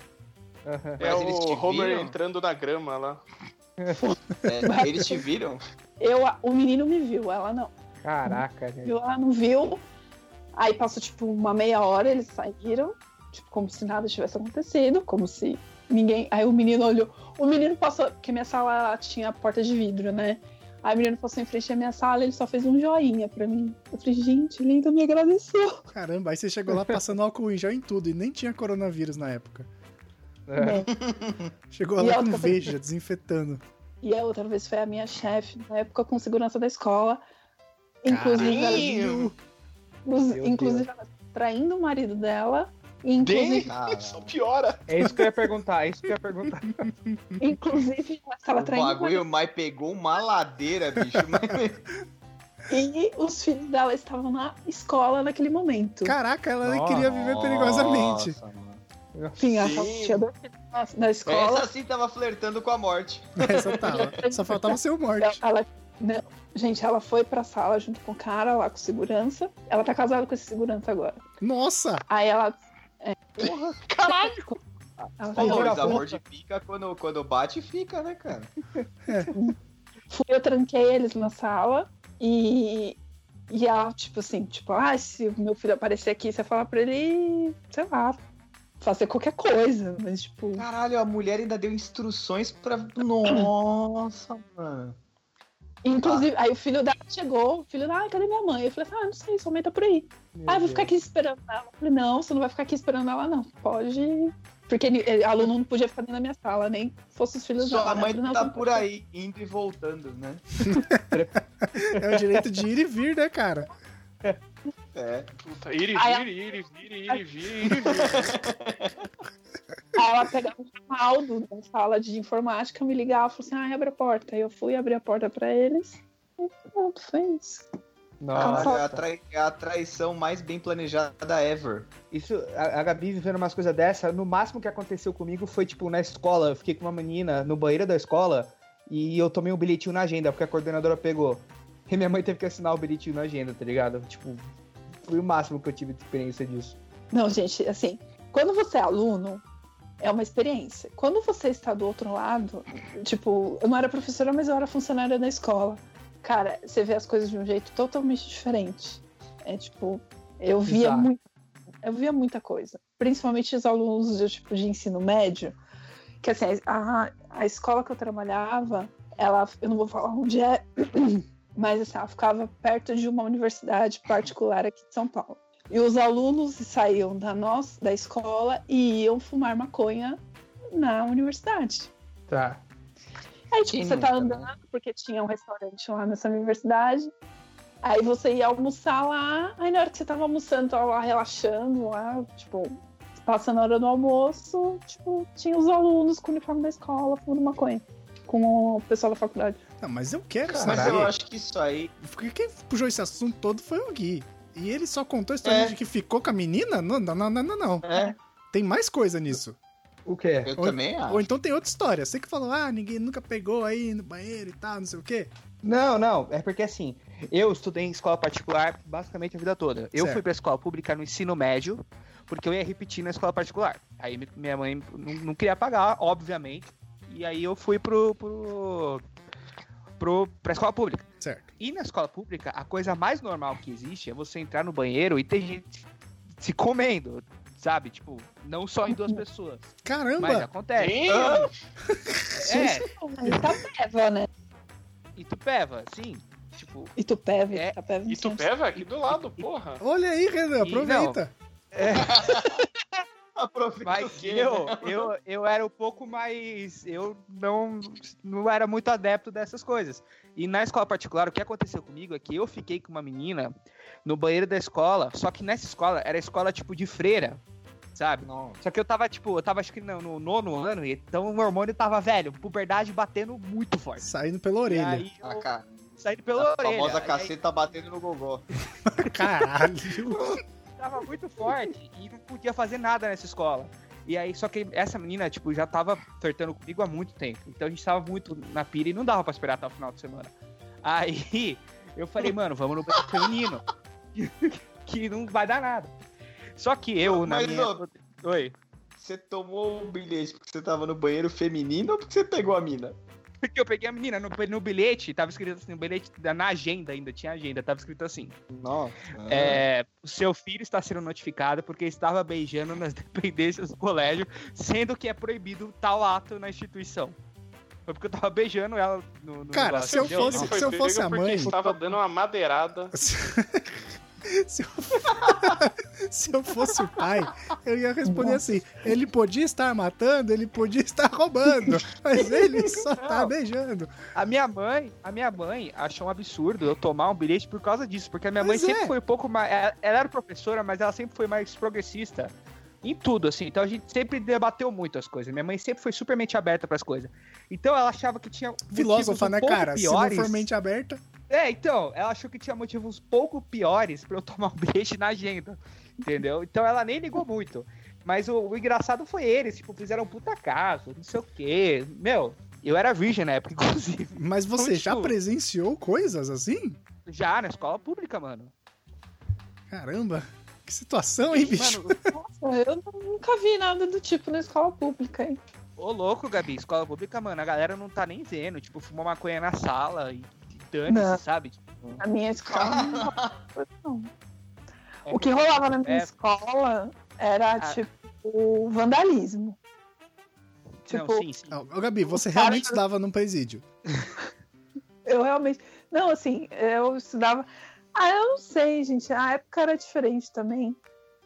Aham. É Mas eles te o Homer viram? entrando na grama lá. É, eles te viram? Tá Eu, o menino me viu, ela não. Caraca, É. gente. Viu, ela não viu. Aí passou tipo uma meia hora, eles saíram, tipo, como se nada tivesse acontecido, como se ninguém. Aí o menino olhou. O menino passou, porque minha sala ela tinha porta de vidro, né? Aí o menino passou em frente à minha sala, ele só fez um joinha pra mim. Eu falei, gente, ele ainda me agradeceu. Caramba, aí você chegou lá passando álcool em gel em tudo e nem tinha coronavírus na época. né? Chegou E lá ela com tá- veja, desinfetando. E a outra vez foi a minha chefe, na época com segurança da escola. Inclusive, ela, Caralho! inclusive, ela traindo o marido dela. E inclusive, Cara, Só piora. É isso que eu ia perguntar, é isso que eu ia perguntar. inclusive ela o estava traindo o marido Um bagulho, mas pegou uma ladeira, bicho. Mas- E os filhos dela estavam na escola naquele momento. Caraca, ela nem Nossa. queria viver perigosamente. Nossa, mano. Sim, ela sim. tinha dois filhos na- na escola. Essa sim tava flertando com a morte. Essa tava. Só faltava seu Ela, morte. ela- não, gente, ela foi pra sala junto com o cara lá com segurança. Ela tá casada com esse segurança agora. Nossa! Aí ela. É, Caralho! Ela tá Pô, junto. mas amor de pica, quando, quando bate, fica, né, cara? Fui, eu tranquei eles na sala e. E ela, tipo assim, tipo, ah, se o meu filho aparecer aqui, você fala pra ele, sei lá, fazer qualquer coisa. Mas, tipo, Caralho, a mulher ainda deu instruções pra. Nossa, mano. Inclusive, aí o filho dela chegou, o filho dela, ah, cadê minha mãe? Eu falei assim, ah, não sei, sua mãe tá por aí. ah, eu vou ficar aqui esperando ela. Eu falei, não, você não vai ficar aqui esperando ela, não. Pode. Porque ele- ele- aluno não podia ficar dentro da minha sala, nem fosse os filhos dela. Sua né? Eu mãe falei, não, tá você- por aí, indo e voltando, né? É o direito de ir e vir, né, cara? É. Puta, iri, Aí ela- vire, iri, vire, iri, vire, iri, vire. Aí ela pegava um Ronaldo da sala de informática, me ligava, falou assim, ah, abre a porta. Aí eu fui abrir a porta pra eles. E pronto, foi isso. Caralho, é a, Nossa. trai- é a traição mais bem planejada ever. Isso, a, a Gabi vivendo umas coisas dessa, no máximo que aconteceu comigo foi, tipo, na escola, eu fiquei com uma menina no banheiro da escola e eu tomei um bilhetinho na agenda, porque a coordenadora pegou. E minha mãe teve que assinar o bilhetinho na agenda, tá ligado? Tipo, foi o máximo que eu tive de experiência disso. Não, gente, assim, quando você é aluno, é uma experiência. Quando você está do outro lado, tipo, eu não era professora, mas eu era funcionária da escola. Cara, você vê as coisas de um jeito totalmente diferente. É tipo, eu via Bizarro. muito, eu via muita coisa. Principalmente os alunos de, tipo, de ensino médio, que assim, a, a escola que eu trabalhava, ela, eu não vou falar onde é, mas assim, ela ficava perto de uma universidade particular aqui de São Paulo. E os alunos saíam da nossa, da escola e iam fumar maconha na universidade. Tá. Aí, tipo, Quem você tá nunca, né? andando, porque tinha um restaurante lá nessa universidade. Aí você ia almoçar lá, aí na hora que você tava almoçando, tava lá relaxando, lá, tipo, passando a hora do almoço, tipo, tinha os alunos com o uniforme da escola, fumando maconha, com o pessoal da faculdade. Não, mas eu quero Mas saber. eu acho que isso aí. Porque quem puxou esse assunto todo foi o Gui. E ele só contou a história É. de que ficou com a menina? Não, não, não, não, não. não. É, Tem mais coisa nisso. O quê? eu Ou- também Ah. acho. Ou então tem outra história. Você que falou, ah, ninguém nunca pegou aí no banheiro e tal, não sei o quê. Não, não. É porque assim, eu estudei em escola particular basicamente a vida toda. Eu Certo. fui pra escola pública no ensino médio, porque eu ia repetir na escola particular. Aí mi- minha mãe não, não queria pagar, obviamente. E aí eu fui pro, pro, pro, pra escola pública. Certo. E na escola pública, a coisa mais normal que existe é você entrar no banheiro e ter gente se comendo, sabe? Tipo, não só em duas pessoas. Mas Caramba! acontece. Ih, Ah, É, Aí Itapeva, né? e tu peva, sim. Tipo, Itupeva, É, Itapeva. não E tu sei. peva aqui do lado, porra. Olha aí, Renan, E- aproveita. Aproveita o Mas quê? né? eu, eu, eu era um pouco mais. Eu não, não era muito adepto dessas coisas. E na escola particular, o que aconteceu comigo é que eu fiquei com uma menina no banheiro da escola, só que nessa escola era escola tipo de freira, sabe? Só que eu tava, tipo, eu tava acho que no, no nono ano, então o hormônio tava velho, puberdade batendo muito forte. Saindo pela E orelha. aí Ah, eu cara, saí a pela orelha. famosa E aí- caceta batendo no gogó. Caralho. tava muito forte e não podia fazer nada nessa escola. E aí, só que essa menina, tipo, já tava flertando comigo há muito tempo. Então a gente tava muito na pira e não dava pra esperar até o final de semana. Aí eu falei, mano, vamos no banheiro feminino. que não vai dar nada. Só que eu, na Mas, minha. ô, Oi. Você tomou um bilhete porque você tava no banheiro feminino ou porque você pegou a mina? Porque eu peguei a menina no, no bilhete, tava escrito assim, no bilhete, na agenda ainda, tinha agenda, tava escrito assim. Nossa. É, o seu filho está sendo notificado porque estava beijando nas dependências do colégio, sendo que é proibido tal ato na instituição. Foi porque eu tava beijando ela no, no Cara, negócio, se eu entendeu? fosse- Não se foi eu pego fosse a porque mãe- estava dando uma madeirada. Se se eu... se eu fosse o pai, eu ia responder assim: ele podia estar matando, ele podia estar roubando, mas ele só tá Não. beijando. A minha mãe, a minha mãe achou um absurdo eu tomar um bilhete por causa disso, porque a minha Pois mãe é. sempre foi um pouco mais. Ela, ela era professora, mas ela sempre foi mais progressista em tudo, assim. Então a gente sempre debateu muito as coisas. Minha mãe sempre foi super mente aberta para as coisas. Então ela achava que tinha motivos Filósofa, um né, pouco cara? Se piores. não for mente aberta. É, então, ela achou que tinha motivos pouco piores pra eu tomar um bilhete na agenda, entendeu? Então ela nem ligou muito. Mas o, o engraçado foi eles, tipo, fizeram um puta caso, não sei o quê. Meu, eu era virgem na época, inclusive. Mas você já Continua. presenciou coisas assim? Já na escola pública, mano. Caramba, que situação, hein, bicho? Mano, Nossa, eu nunca vi nada do tipo na escola pública, hein? ô louco, Gabi, escola pública, mano, a galera não tá nem vendo. Tipo, fumou maconha na sala e, e Não. dane-se, sabe? A minha escola não rolava, não. É O que rolava na minha é- escola era, Ah. tipo, vandalismo. Tipo, Não, sim, sim. Ô, ô, Gabi, você cara- realmente estava num presídio. eu realmente. Não, assim, eu estudava. Ah, eu não sei, gente. A época era diferente também.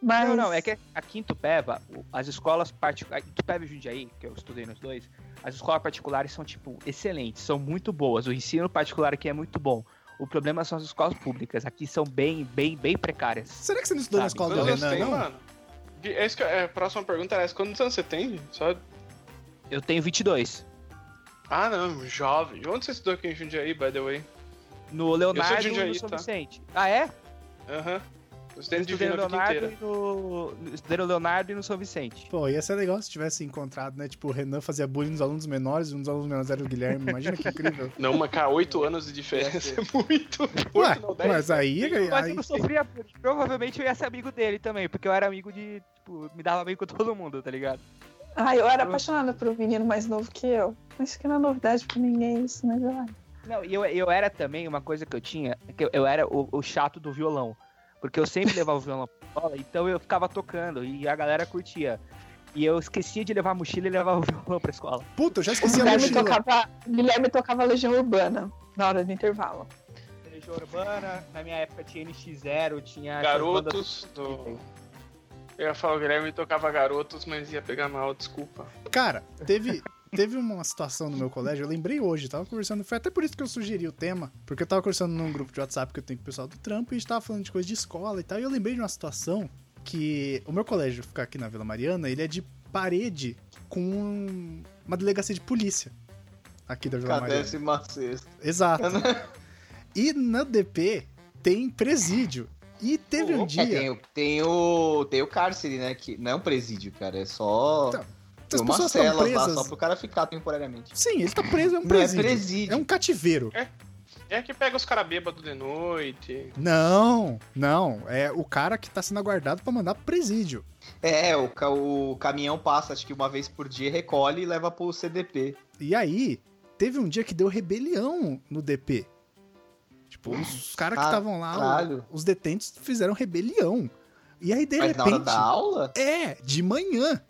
Mas. Não, não, é que aqui em Tupéva, o- as escolas particulares. Tupéva e Jundiaí, que eu estudei nos dois, as escolas particulares são, tipo, excelentes, são muito boas. O ensino particular aqui é muito bom. O problema são as escolas públicas. Aqui são bem, bem, bem precárias. Será que você não estudou na Sabe, escola do Quantos anos Renan, tem, não? mano? Gui, É isso que, é, a próxima pergunta era essa. Quantos anos você tem? Só... Eu tenho 22. Ah, não, jovem. Onde você estudou aqui em Jundiaí, by the way? No Leonardo e Jundiaí, no São tá? Vicente. Ah, é? Aham. Eu Eu estudei no estudei no Divino a vida Leonardo inteira. e no. no- Estudei no Leonardo e no São Vicente. Pô, ia ser legal se tivesse encontrado, né? Tipo, o Renan fazia bullying nos alunos menores, um dos alunos menores era o Guilherme. Imagina que incrível. Não, mas cara, oito anos de diferença é muito. Ué, Oito, não, dez. mas aí, aí, Mas eu não sofria por isso. Provavelmente eu ia ser amigo dele também, porque eu era amigo de. Tipo, me dava bem com todo mundo, tá ligado? Ai, eu era apaixonada por um menino mais novo que eu. Acho que não é novidade pra ninguém isso, né, Vila? Não, e eu, eu era também, uma coisa que eu tinha, é que eu, eu era o, o chato do violão. Porque eu sempre levava o violão pra escola, então eu ficava tocando e a galera curtia. E eu esquecia de levar a mochila e levava o violão pra escola. puta, eu já O esqueci a Guilherme mochila. tocava, Guilherme tocava Legião Urbana na hora do intervalo. Legião Urbana, na minha época tinha NX0, tinha. Garotos do. Eu ia falar o Guilherme tocava garotos, mas ia pegar mal, desculpa. Cara, teve, teve uma situação no meu colégio, eu lembrei hoje, tava conversando, foi até por isso que eu sugeri o tema, porque eu tava conversando num grupo de WhatsApp que eu tenho com o pessoal do trampo e a gente tava falando de coisa de escola e tal, e eu lembrei de uma situação que o meu colégio ficar aqui na Vila Mariana, ele é de parede com uma delegacia de polícia aqui da Vila Mariana. Cadê sexta? Exato. E na DP tem presídio. E teve um É, dia. tem, o- tem o. Tem o cárcere, né? Que não é um presídio, cara. É só. Então, tem as umas pessoas estão celas lá presas. só pro cara ficar temporariamente. Sim, ele tá preso, é um Não é presídio. é, presídio. um cativeiro. É que pega os caras bêbados de noite. Não, não. É o cara que tá sendo aguardado pra mandar pro presídio. É, o, ca- o caminhão passa, acho que uma vez por dia, recolhe e leva pro CDP. E aí, teve um dia que deu rebelião no DP. Tipo, os caras que estavam lá, Caralho. os detentos fizeram rebelião. E aí, de Mas na hora repente. da aula? É, de manhã.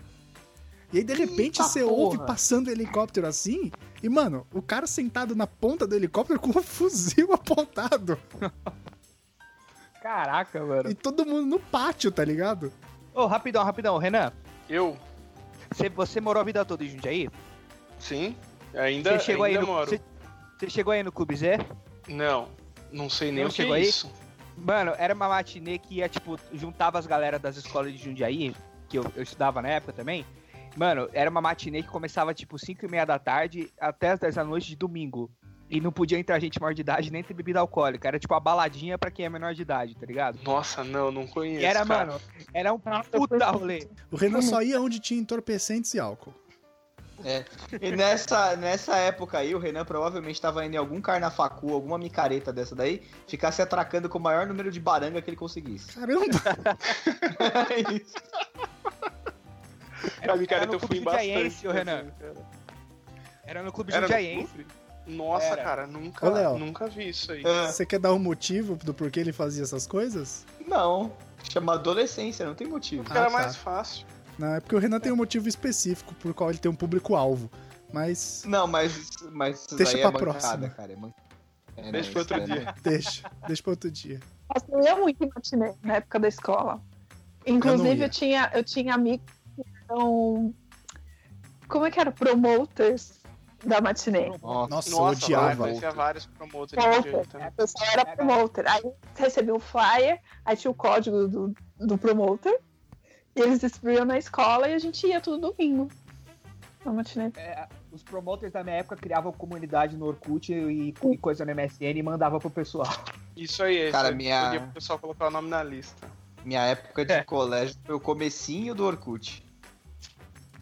E aí, de repente, Eita você ouve porra. passando o helicóptero assim. E, mano, o cara sentado na ponta do helicóptero com um fuzil apontado. Caraca, mano. E todo mundo no pátio, tá ligado? Ô, rapidão, rapidão, Renan. Eu, Você, você morou a vida toda em Jundiaí? sim. Ainda, Você chegou, aí ainda no, moro. você, você chegou aí no Clube Zé? Não, não sei nem Não o que chegou é aí? isso. Mano, era uma matinê que ia, tipo, juntava as galera das escolas de Jundiaí, que eu, eu estudava na época também. Mano, era uma matinê que começava, tipo, 5 e meia da tarde até as 10 da noite de domingo. E não podia entrar gente maior de idade nem ter bebida alcoólica. Era, tipo, a baladinha pra quem é menor de idade, tá ligado? Nossa, não, não conheço. E era, cara. mano, era um puta rolê. O Renan só ia onde tinha entorpecentes e álcool. E nessa, nessa época aí, o Renan provavelmente tava indo em algum carnafacu, alguma micareta dessa daí, ficar se atracando com o maior número de baranga que ele conseguisse. Caramba! É isso. Era um cara era que eu no fui em clube jundiaense, bastante. ô, Renan. assim, cara. Era no Clube Era no Jundiaense. Nossa, Era. cara, nunca, Ô, Léo. nunca vi isso aí. É. Você quer dar um motivo do porquê ele fazia essas coisas? Não, chama adolescência, não tem motivo. Era Ah, tá. mais fácil. Não, é porque o Renan tem um motivo específico por qual ele tem um público-alvo. Mas Não, mas, mas isso Deixa daí pra é bancada, próxima. cara. É bancada. É, não, Deixa pra isso outro daí não- dia. deixa, deixa pra outro dia. Nossa, Assim, eu ia muito em matinê na época da escola. Inclusive, ia. eu, tinha, eu tinha amigos que eram. Como é que era? Promoters da matinê. Nossa, Nossa, eu Nossa, vários, odiava. eu tinha vários promotores de Promoter, jeito, né? né? O pessoal era promoter. Aí recebia um flyer, aí tinha o código do, do promoter, e eles distribuíam na escola e a gente ia todo domingo. Na matinê. Os promoters da minha época criavam comunidade no Orkut e, e coisa no MSN e mandava pro pessoal. Isso aí, isso Cara, aí, minha- podia o pessoal colocar o nome na lista. Minha época É. de colégio foi o comecinho do Orkut.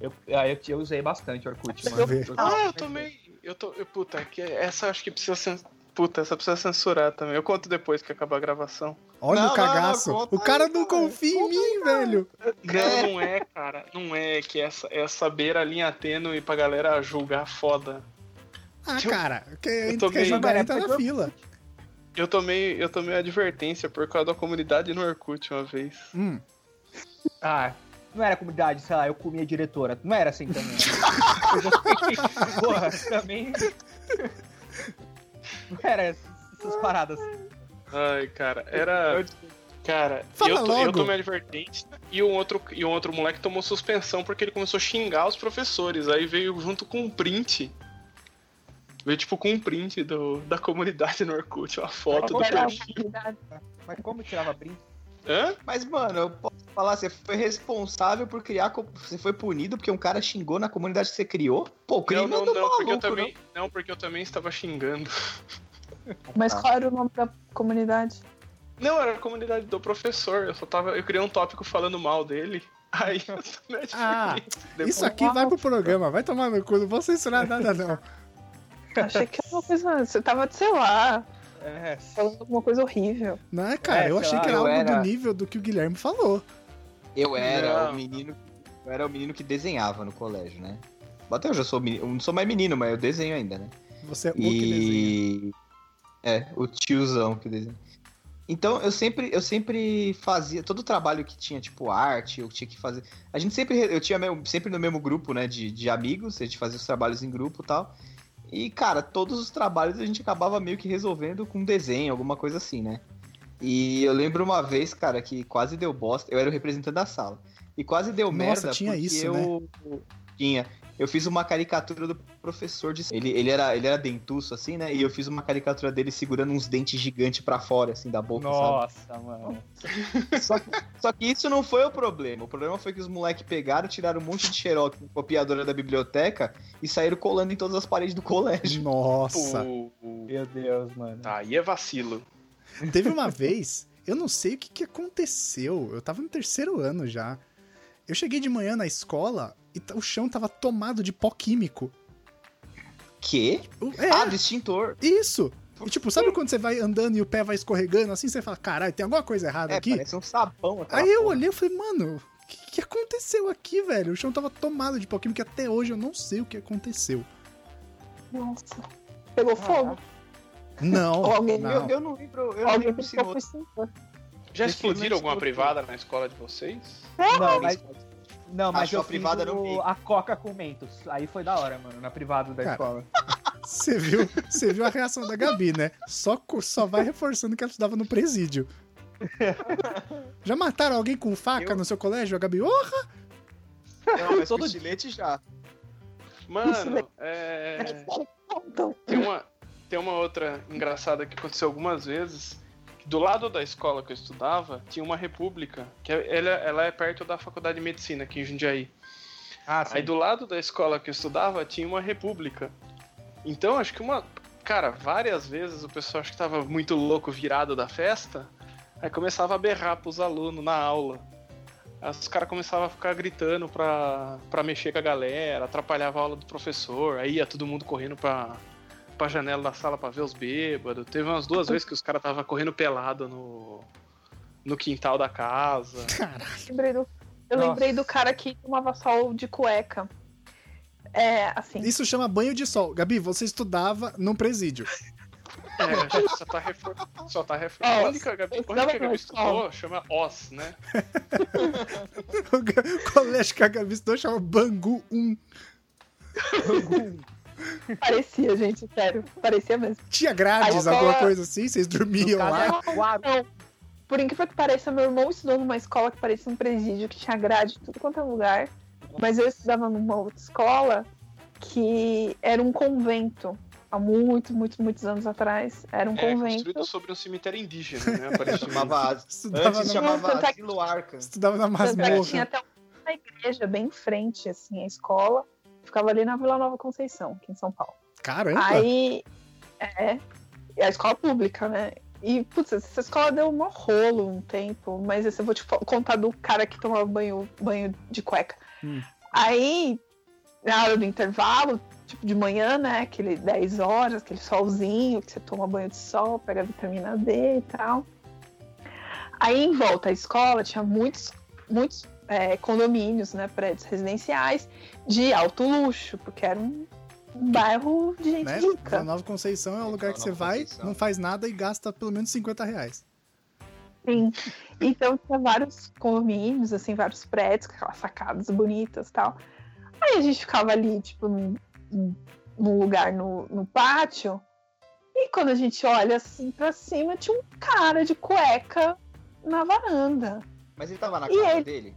Eu, ah, eu, eu usei bastante Orkut, Deixa eu mano. ver. Ah, eu também. Eu tô. eu- puta, que essa eu acho que precisa cens- Puta, essa precisa censurar também. Eu conto depois que acabar a gravação. Olha Não, o não, cagaço. não, conta o cara aí, não cara. confia em mim, velho. Cara, não é, cara. Não é que essa, essa beira a linha tênue pra galera julgar foda. Ah, Eu- cara, eu quem tô quer bem. jogar Mas entra é na fila. Eu tomei, eu tomei advertência por causa da comunidade no Orkut uma vez. Hum. Ah, não era comunidade, sei lá, eu comia diretora. Não era assim também. Porra, também. Não era essas paradas. Ai, cara, era. Cara, Fala eu, to- logo. eu tomei advertência e um, outro, e um outro moleque tomou suspensão porque ele começou a xingar os professores. Aí veio junto com um print. Veio tipo com um print do, da comunidade no Orkut, uma foto do Era perfil. uma comunidade. Mas como eu tirava print? Hã? Mas, mano, eu posso falar, você foi responsável por criar. co- Você foi punido porque um cara xingou na comunidade que você criou? Pô, o crime Não, não, é do não, porque eu maluco, também. Não, porque eu também estava xingando. Mas qual era o nome da comunidade? Não, era a comunidade do professor. Eu só tava. Eu criei um tópico falando mal dele. Aí eu tomei advertência. Ah, Depois- Isso aqui vai pro programa, vai tomar no cu, não vou censurar nada, não. Achei que era uma coisa. Você tava, sei lá, É, falando alguma coisa horrível. Não é, cara, É, eu sei achei lá, que era eu algo do era- nível do que o Guilherme falou. Eu era Não. o menino. Eu era o menino que desenhava no colégio, né? Até hoje eu sou menino, eu não sou mais menino, mas eu desenho ainda, né? Você é o que desenha. E. É, o tiozão que desenha. Então eu sempre, eu sempre fazia todo o trabalho que tinha, tipo, arte, eu tinha que fazer. A gente sempre. Eu tinha meu- sempre no mesmo grupo, né? De, de amigos, a gente fazia os trabalhos em grupo e tal. E, cara, todos os trabalhos a gente acabava meio que resolvendo com um desenho, alguma coisa assim, né? E eu lembro uma vez, cara, que quase deu bosta. Eu era o representante da sala. E quase deu Nossa, merda tinha né? porque isso, eu. Tinha. Eu fiz uma caricatura do professor de. Ele, ele, era, ele era dentuço, assim, né? E eu fiz uma caricatura dele segurando uns dentes gigantes pra fora, assim, da boca, sabe? Nossa, mano. Só que isso não foi o problema. O problema foi que os moleques pegaram, tiraram um monte de xerox de copiadora da biblioteca e saíram colando em todas as paredes do colégio. Nossa. Pô, Meu Deus, mano. Aí é vacilo. Teve uma vez, eu não sei o que, que aconteceu. Eu tava no terceiro ano já. Eu cheguei de manhã na escola e t- o chão tava tomado de pó químico. Quê? O- É, Ah, do extintor. isso! E, tipo, sabe quando você vai andando e o pé vai escorregando assim? Você fala, caralho, tem alguma coisa errada É, aqui? parece um sabão. aquela Aí eu porra. olhei e falei, mano, o que, que aconteceu aqui, velho? O chão tava tomado de pó químico e até hoje eu não sei o que aconteceu. Nossa. Pegou fogo? Não, Alguém- não. Eu, eu não lembro, eu não Alguém lembro se no piscou outro- por cima. Já Esse explodiram não alguma explodiu. privada na escola de vocês? Não, mas, não, mas Achou eu a privada fiz no o- meio. a coca com mentos. Aí foi da hora, mano, na privada da Cara, escola. Você viu, você viu a reação da Gabi, né? Só, co- só vai reforçando que ela estudava no presídio. Já mataram alguém com faca Eu- no seu colégio, a Gabi? Porra! Não, mas com Todo- estilete já. Mano, é. Então, Tem uma, tem uma outra engraçada que aconteceu algumas vezes. que Do lado da escola que eu estudava, tinha uma república, que é- ela, ela é perto da faculdade de medicina aqui em Jundiaí. Ah, Aí do lado da escola que eu estudava, tinha uma república. Então, acho que uma... Cara, várias vezes o pessoal acho que tava muito louco, virado da festa, aí começava a berrar pros alunos na aula. Aí Os caras começavam a ficar gritando pra, pra mexer com a galera, atrapalhava a aula do professor, aí ia todo mundo correndo pra, pra janela da sala pra ver os bêbados. Teve umas duas vezes que os caras tava correndo pelado no, no quintal da casa. Caralho! lembrei do- eu Nossa. lembrei do cara que tomava sol de cueca. É, assim. Isso chama banho de sol. Gabi, você estudava num presídio. É, a gente só tá refor... só tá refor... Ó, a única Gabi, a dava única Gabi pra- estudou chama Oz, né? O ga- colégio que a Gabi estudou chama Bangu 1. Parecia, gente, sério. Parecia mesmo. Tinha grades, Aí eu alguma tava- coisa assim? Vocês dormiam No lá? caso, é Guaru. Por incrível que pareça, meu irmão estudou numa escola que parecia um presídio, que tinha grade em tudo quanto é lugar. Mas eu estudava numa outra escola que era um convento. Há muito, muito, muitos anos atrás. Era um É, convento. construído sobre um cemitério indígena, né? aparentemente. Chamava as- Estudava, Antes na- chamava Tanto é que- Asilo Arkham. estudava na Tanto é que tinha masmorra. até uma igreja bem em frente, assim, a escola. Ficava ali na Vila Nova Conceição, aqui em São Paulo. Caramba! Aí, é, é a escola pública, né? E, putz, essa escola deu um rolo um tempo, mas esse eu vou te fa- contar do cara que tomava banho, banho de cueca. Hum. Aí, na hora do intervalo, tipo de manhã, né? Aquele 10 horas, aquele solzinho, que você toma banho de sol, pega vitamina D e tal. Aí, em volta à escola, tinha muitos, muitos é, condomínios, né? Prédios residenciais de alto luxo, porque era um um bairro de gente né? rica. Vila Nova Conceição é um lugar que você Nova vai, Conceição. não faz nada e gasta pelo menos 50 reais. Sim. Então tinha vários condomínios, assim, vários prédios, com aquelas sacadas bonitas e tal. Aí a gente ficava ali, tipo, num, num- num lugar no, no pátio. E quando a gente olha assim pra cima, tinha um cara de cueca na varanda. Mas ele tava na E casa ele? dele?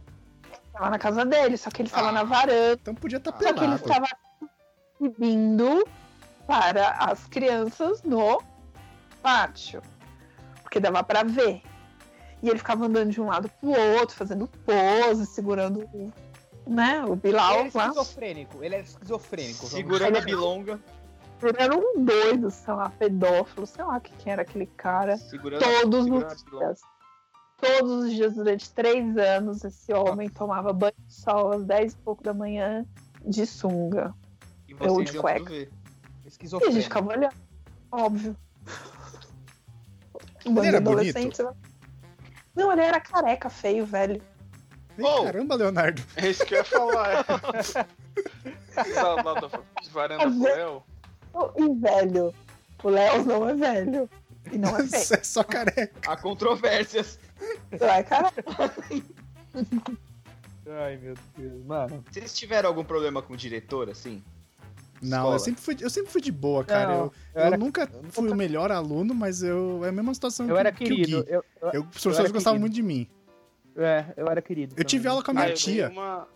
Tava na casa dele, só que ele tava Ah. na varanda, Então podia estar Só só É que ele tá- pelado. estava exibindo para as crianças no pátio. Porque dava pra ver. E ele ficava andando de um lado pro outro, fazendo pose, segurando o- né, o Bilal Ele é lá. esquizofrênico. Ele é esquizofrênico. vamos Segurando a bilonga. Era um doido, sei lá, pedófilo, sei lá quem era aquele cara. Segurando Todos segurando os a bilonga. dias. Todos os dias, durante três anos, esse homem tomava banho de sol às dez e pouco da manhã de sunga. E É Eu de vocês iam cueca. tudo ver. E a gente assim. Esquizofrênico. ficava olhando, óbvio. Um Ele bando de era bonito? adolescente. sei lá. Não, ele era careca, feio, velho. Ih, Oh! Caramba, Leonardo. É isso que eu ia falar. Lá, lá da varanda cruel. Oh, E velho. O Léo não é velho. E não é feio. Isso é só careca. Há controvérsias. Não é careca. Ai, meu Deus, mano. Vocês tiveram algum problema com o diretor, assim? Não, assim eu Escola. sempre, fui, eu sempre fui de boa, cara. Não, eu eu eu era- nunca fui o melhor aluno, mas eu é a mesma situação Eu era que, que o querido. Gui. Eu, eu- Eu, os professores gostavam muito querido. de mim. é, eu era querido. Eu tive também. aula com a minha Ah, eu tenho tia. uma-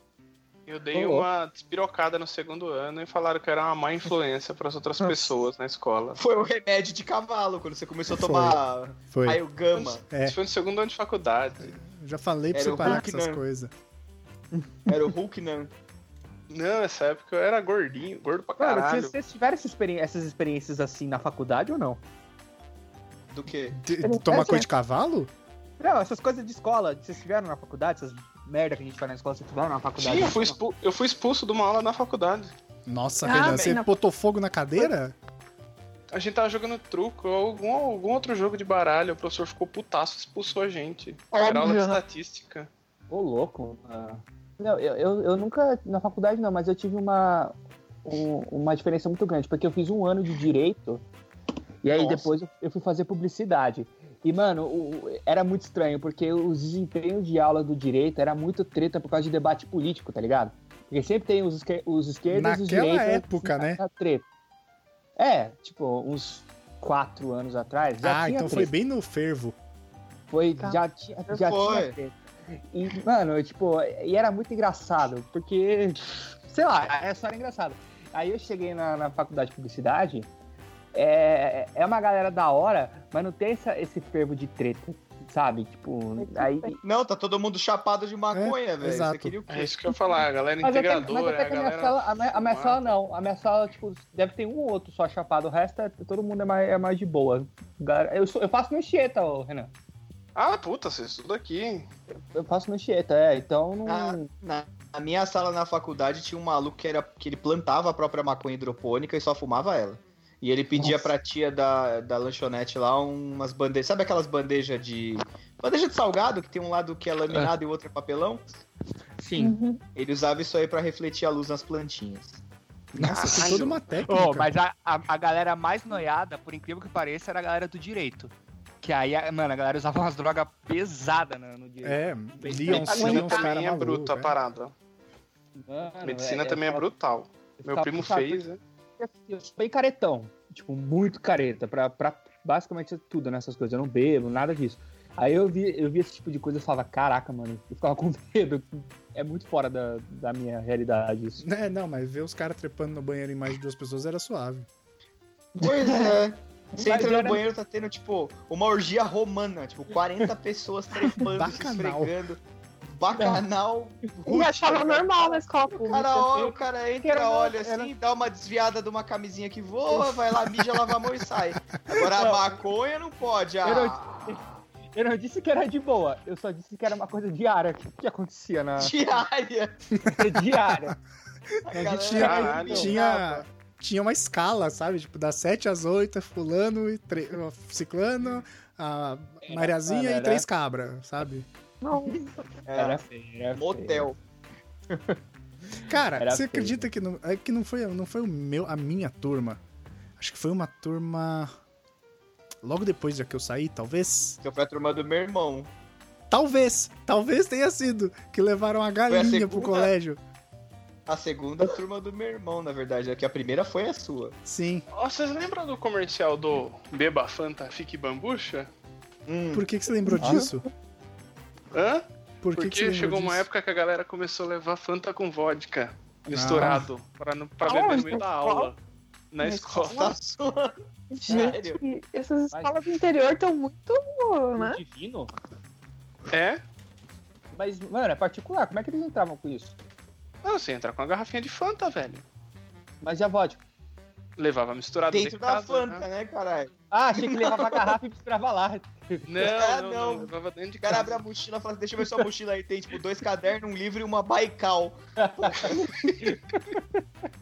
Eu Eu dei uma despirocada no segundo ano e falaram que era uma má influência para as outras pessoas na escola. Foi o remédio de cavalo quando você começou a tomar Foi. Ayugama. É. Isso foi no segundo ano de faculdade. Eu já falei pra Era você o parar com Hulk, essas né? coisas. Era o Hulk, não. Não, nessa época eu era gordinho, gordo pra Mano, caralho. vocês- vocês tiveram essa experi- essas experiências assim na faculdade ou não? Do que? De- não tomar quero coisa de cavalo? Não, essas coisas de escola, vocês tiveram na faculdade, essas merda que a gente faz na escola, vocês tiveram na faculdade? Sim, eu fui, expu- eu fui expulso de uma aula na faculdade. Nossa, Ah, Renan, bem, você não. botou fogo na cadeira? A gente tava jogando truco ou algum, algum outro jogo de baralho. O professor ficou putaço e expulsou a gente. Era aula de estatística. Ô, louco. Ah, Não, eu, eu, eu nunca, na faculdade não, mas eu tive uma, um- uma diferença muito grande, porque eu fiz um ano de direito e aí Nossa. depois eu, eu fui fazer publicidade. E, mano, o- o- era muito estranho, porque os desempenhos de aula do direito era muito treta por causa de debate político, tá ligado? Porque sempre tem os, esquer- os esquerdos e os Naquela direitos. época, assim, né? na Treta. É, tipo, uns quatro anos atrás. Já ah, tinha então treta. foi bem no fervo. Foi, já tinha, já Foi. tinha treta. E, mano, eu, tipo, e era muito engraçado, porque, sei lá, é só era engraçado. Aí eu cheguei na, na faculdade de publicidade, é, é uma galera da hora, mas não tem essa, esse fervo de treta, sabe? Tipo, aí... Não, tá todo mundo chapado de maconha, velho. Você exato. queria o É quê? isso que eu ia falar, a galera Mas até, mas integradora, até que a né? a minha galera. sala, a minha, a minha fumada. sala não, a minha sala, tipo, deve ter um ou outro só chapado, o resto é, todo mundo é mais, é mais de boa. Galera, eu, sou- eu faço no Anchieta, ô, Renan. Ah, puta, você estuda aqui. Eu faço no Anchieta, é, então não... Ah, Na, na minha sala na faculdade tinha um maluco que, era, que ele plantava a própria maconha hidropônica e só fumava ela. E ele pedia pra tia da, da lanchonete lá umas bandejas. Sabe aquelas bandejas de. Bandeja de salgado, que tem um lado que é laminado e o outro é papelão? Sim. Uhum. Ele usava isso aí pra refletir a luz nas plantinhas. Nossa, tem toda uma técnica. Oh, mas a, a, a galera mais noiada, por incrível que pareça, era a galera do direito. Que aí, a- mano, a galera usava umas drogas pesadas né, no, no direito. É, Leon, Medicina Leon, os caras também é bruta a malucos. parada. mano, Medicina é- também é brutal. Meu Tá, primo tá, fez, né? eu sou bem caretão. Tipo, muito careta. Pra, pra basicamente tudo nessas coisas. Eu não bebo, nada disso. Aí eu vi, eu vi esse tipo de coisa e falava, caraca, mano, eu ficava com medo. É muito fora da, da minha realidade isso. É, não, mas ver os caras trepando no banheiro em mais de duas pessoas era suave. Pois é. Você Mas entra no era- banheiro, tá tendo, tipo, uma orgia romana, tipo, 40 pessoas trepando, se Bacanal. esfregando. Bacanal. E achava normal na escola O pública. cara, olha, o Eu- cara entra, Era- olha era- assim, dá uma desviada de uma camisinha que voa, vai lá, mija, lava a mão e sai. Agora a maconha não pode. Ah, Eu não disse que era de boa, eu só disse que era uma coisa diária que, que acontecia na diária. diária. A A gente galera- tinha, Caralho. tinha, tinha uma escala, sabe? Tipo, das 7 às 8 é fulano e tre... ciclano, a Mariazinha e era- três cabras, sabe? Era feio, era feio. É, Motel. Cara, Era você feio. acredita que não, é que não foi, não foi o meu, a minha turma? Acho que foi uma turma logo depois já que eu saí, talvez. Então foi a turma do meu irmão. Talvez, talvez tenha sido que levaram a galinha pro segunda? colégio. A segunda turma do meu irmão, na verdade. É que a primeira foi a sua. Sim. Ó, vocês lembram do comercial do Beba Fanta Fique Bambucha? Hum, Por que, que você lembrou Ah. disso? Hã? Por que, que você Porque lembrou chegou uma disso? Ah. época que a galera começou a levar Fanta com vodka misturado pra, não- pra beber no meio da aula. Na Na escola. tá sua. Sério? Gente, essas escolas do interior estão muito, né? Divino? É? Mas, mano, é particular, como é que eles entravam com isso? Não, Ah, você entra com uma garrafinha de Fanta, velho. Mas tipo, e a vodka? Levava misturado Dentro de da casa, Fanta, Tá né? né, caralho? Ah, achei que levava a garrafa e misturava lá. Não, Ah, não, não. não, levava dentro de O cara abre casa. a mochila e fala, assim, deixa eu ver sua mochila aí. Tem, tipo, dois cadernos, um livro e uma Baikal.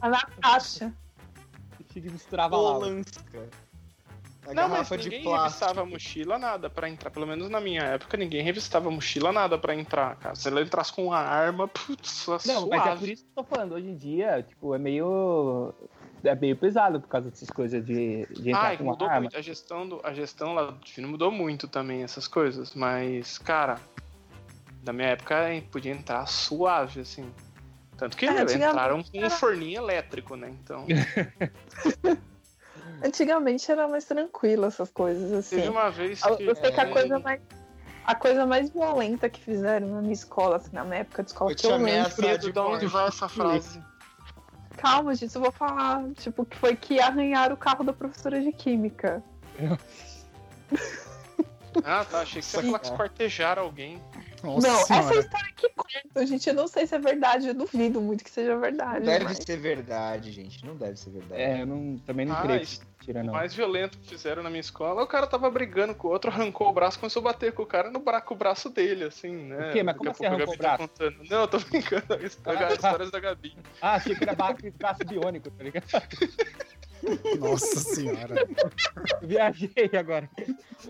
Na caixa. Achei que misturava lá. Polanska. A Não, mas garrafa de ninguém plástico. revistava a mochila nada pra entrar. Pelo menos na minha época, ninguém revistava a mochila nada pra entrar, cara. Se ela entrasse com uma arma, putz, não, Não, suave. mas é por isso que eu tô falando. Hoje em dia, tipo, é meio. É meio pesado por causa dessas coisas de, de entrar Ai, com mudou uma arma. muito. A gestão, do, a gestão lá do Divino mudou muito também essas coisas, mas, cara, na minha época hein, podia entrar suave, assim. Tanto Ah, que Cara, antigamente entraram com um era- forninho elétrico, né? Então. Antigamente era mais tranquilo essas coisas, assim. Teve uma vez Eu- Ah, que. é Eu sei que a coisa mais A coisa mais violenta que fizeram na minha escola, assim, na minha época de escola Eu que te eu lembro. ameaço de Pedro, da onde morte. vai essa frase? Calma, gente, eu vou falar. Tipo, que foi que arranharam o carro da professora de química. Ah, tá. Achei que você ia falar que esquartejaram alguém. Nossa não, essa é a senhora. história que conta, gente. Eu não sei se é verdade, eu duvido muito que seja verdade. Deve mas- ser verdade, gente. Não deve ser verdade. É, eu não, também não Ah, creio isso- que tira, não. mais violento que fizeram na minha escola. O cara tava brigando com o outro, arrancou o braço, começou a bater com o cara no braco, o braço dele, assim, né? O quê? Mas como Daqui assim a pouco Gabi tá arrancou o braço? contando. Não, eu tô brincando. As Ah. histórias da Gabi. Ah, achei que era ba- braço biônico, tá ligado? Nossa senhora. Viajei agora.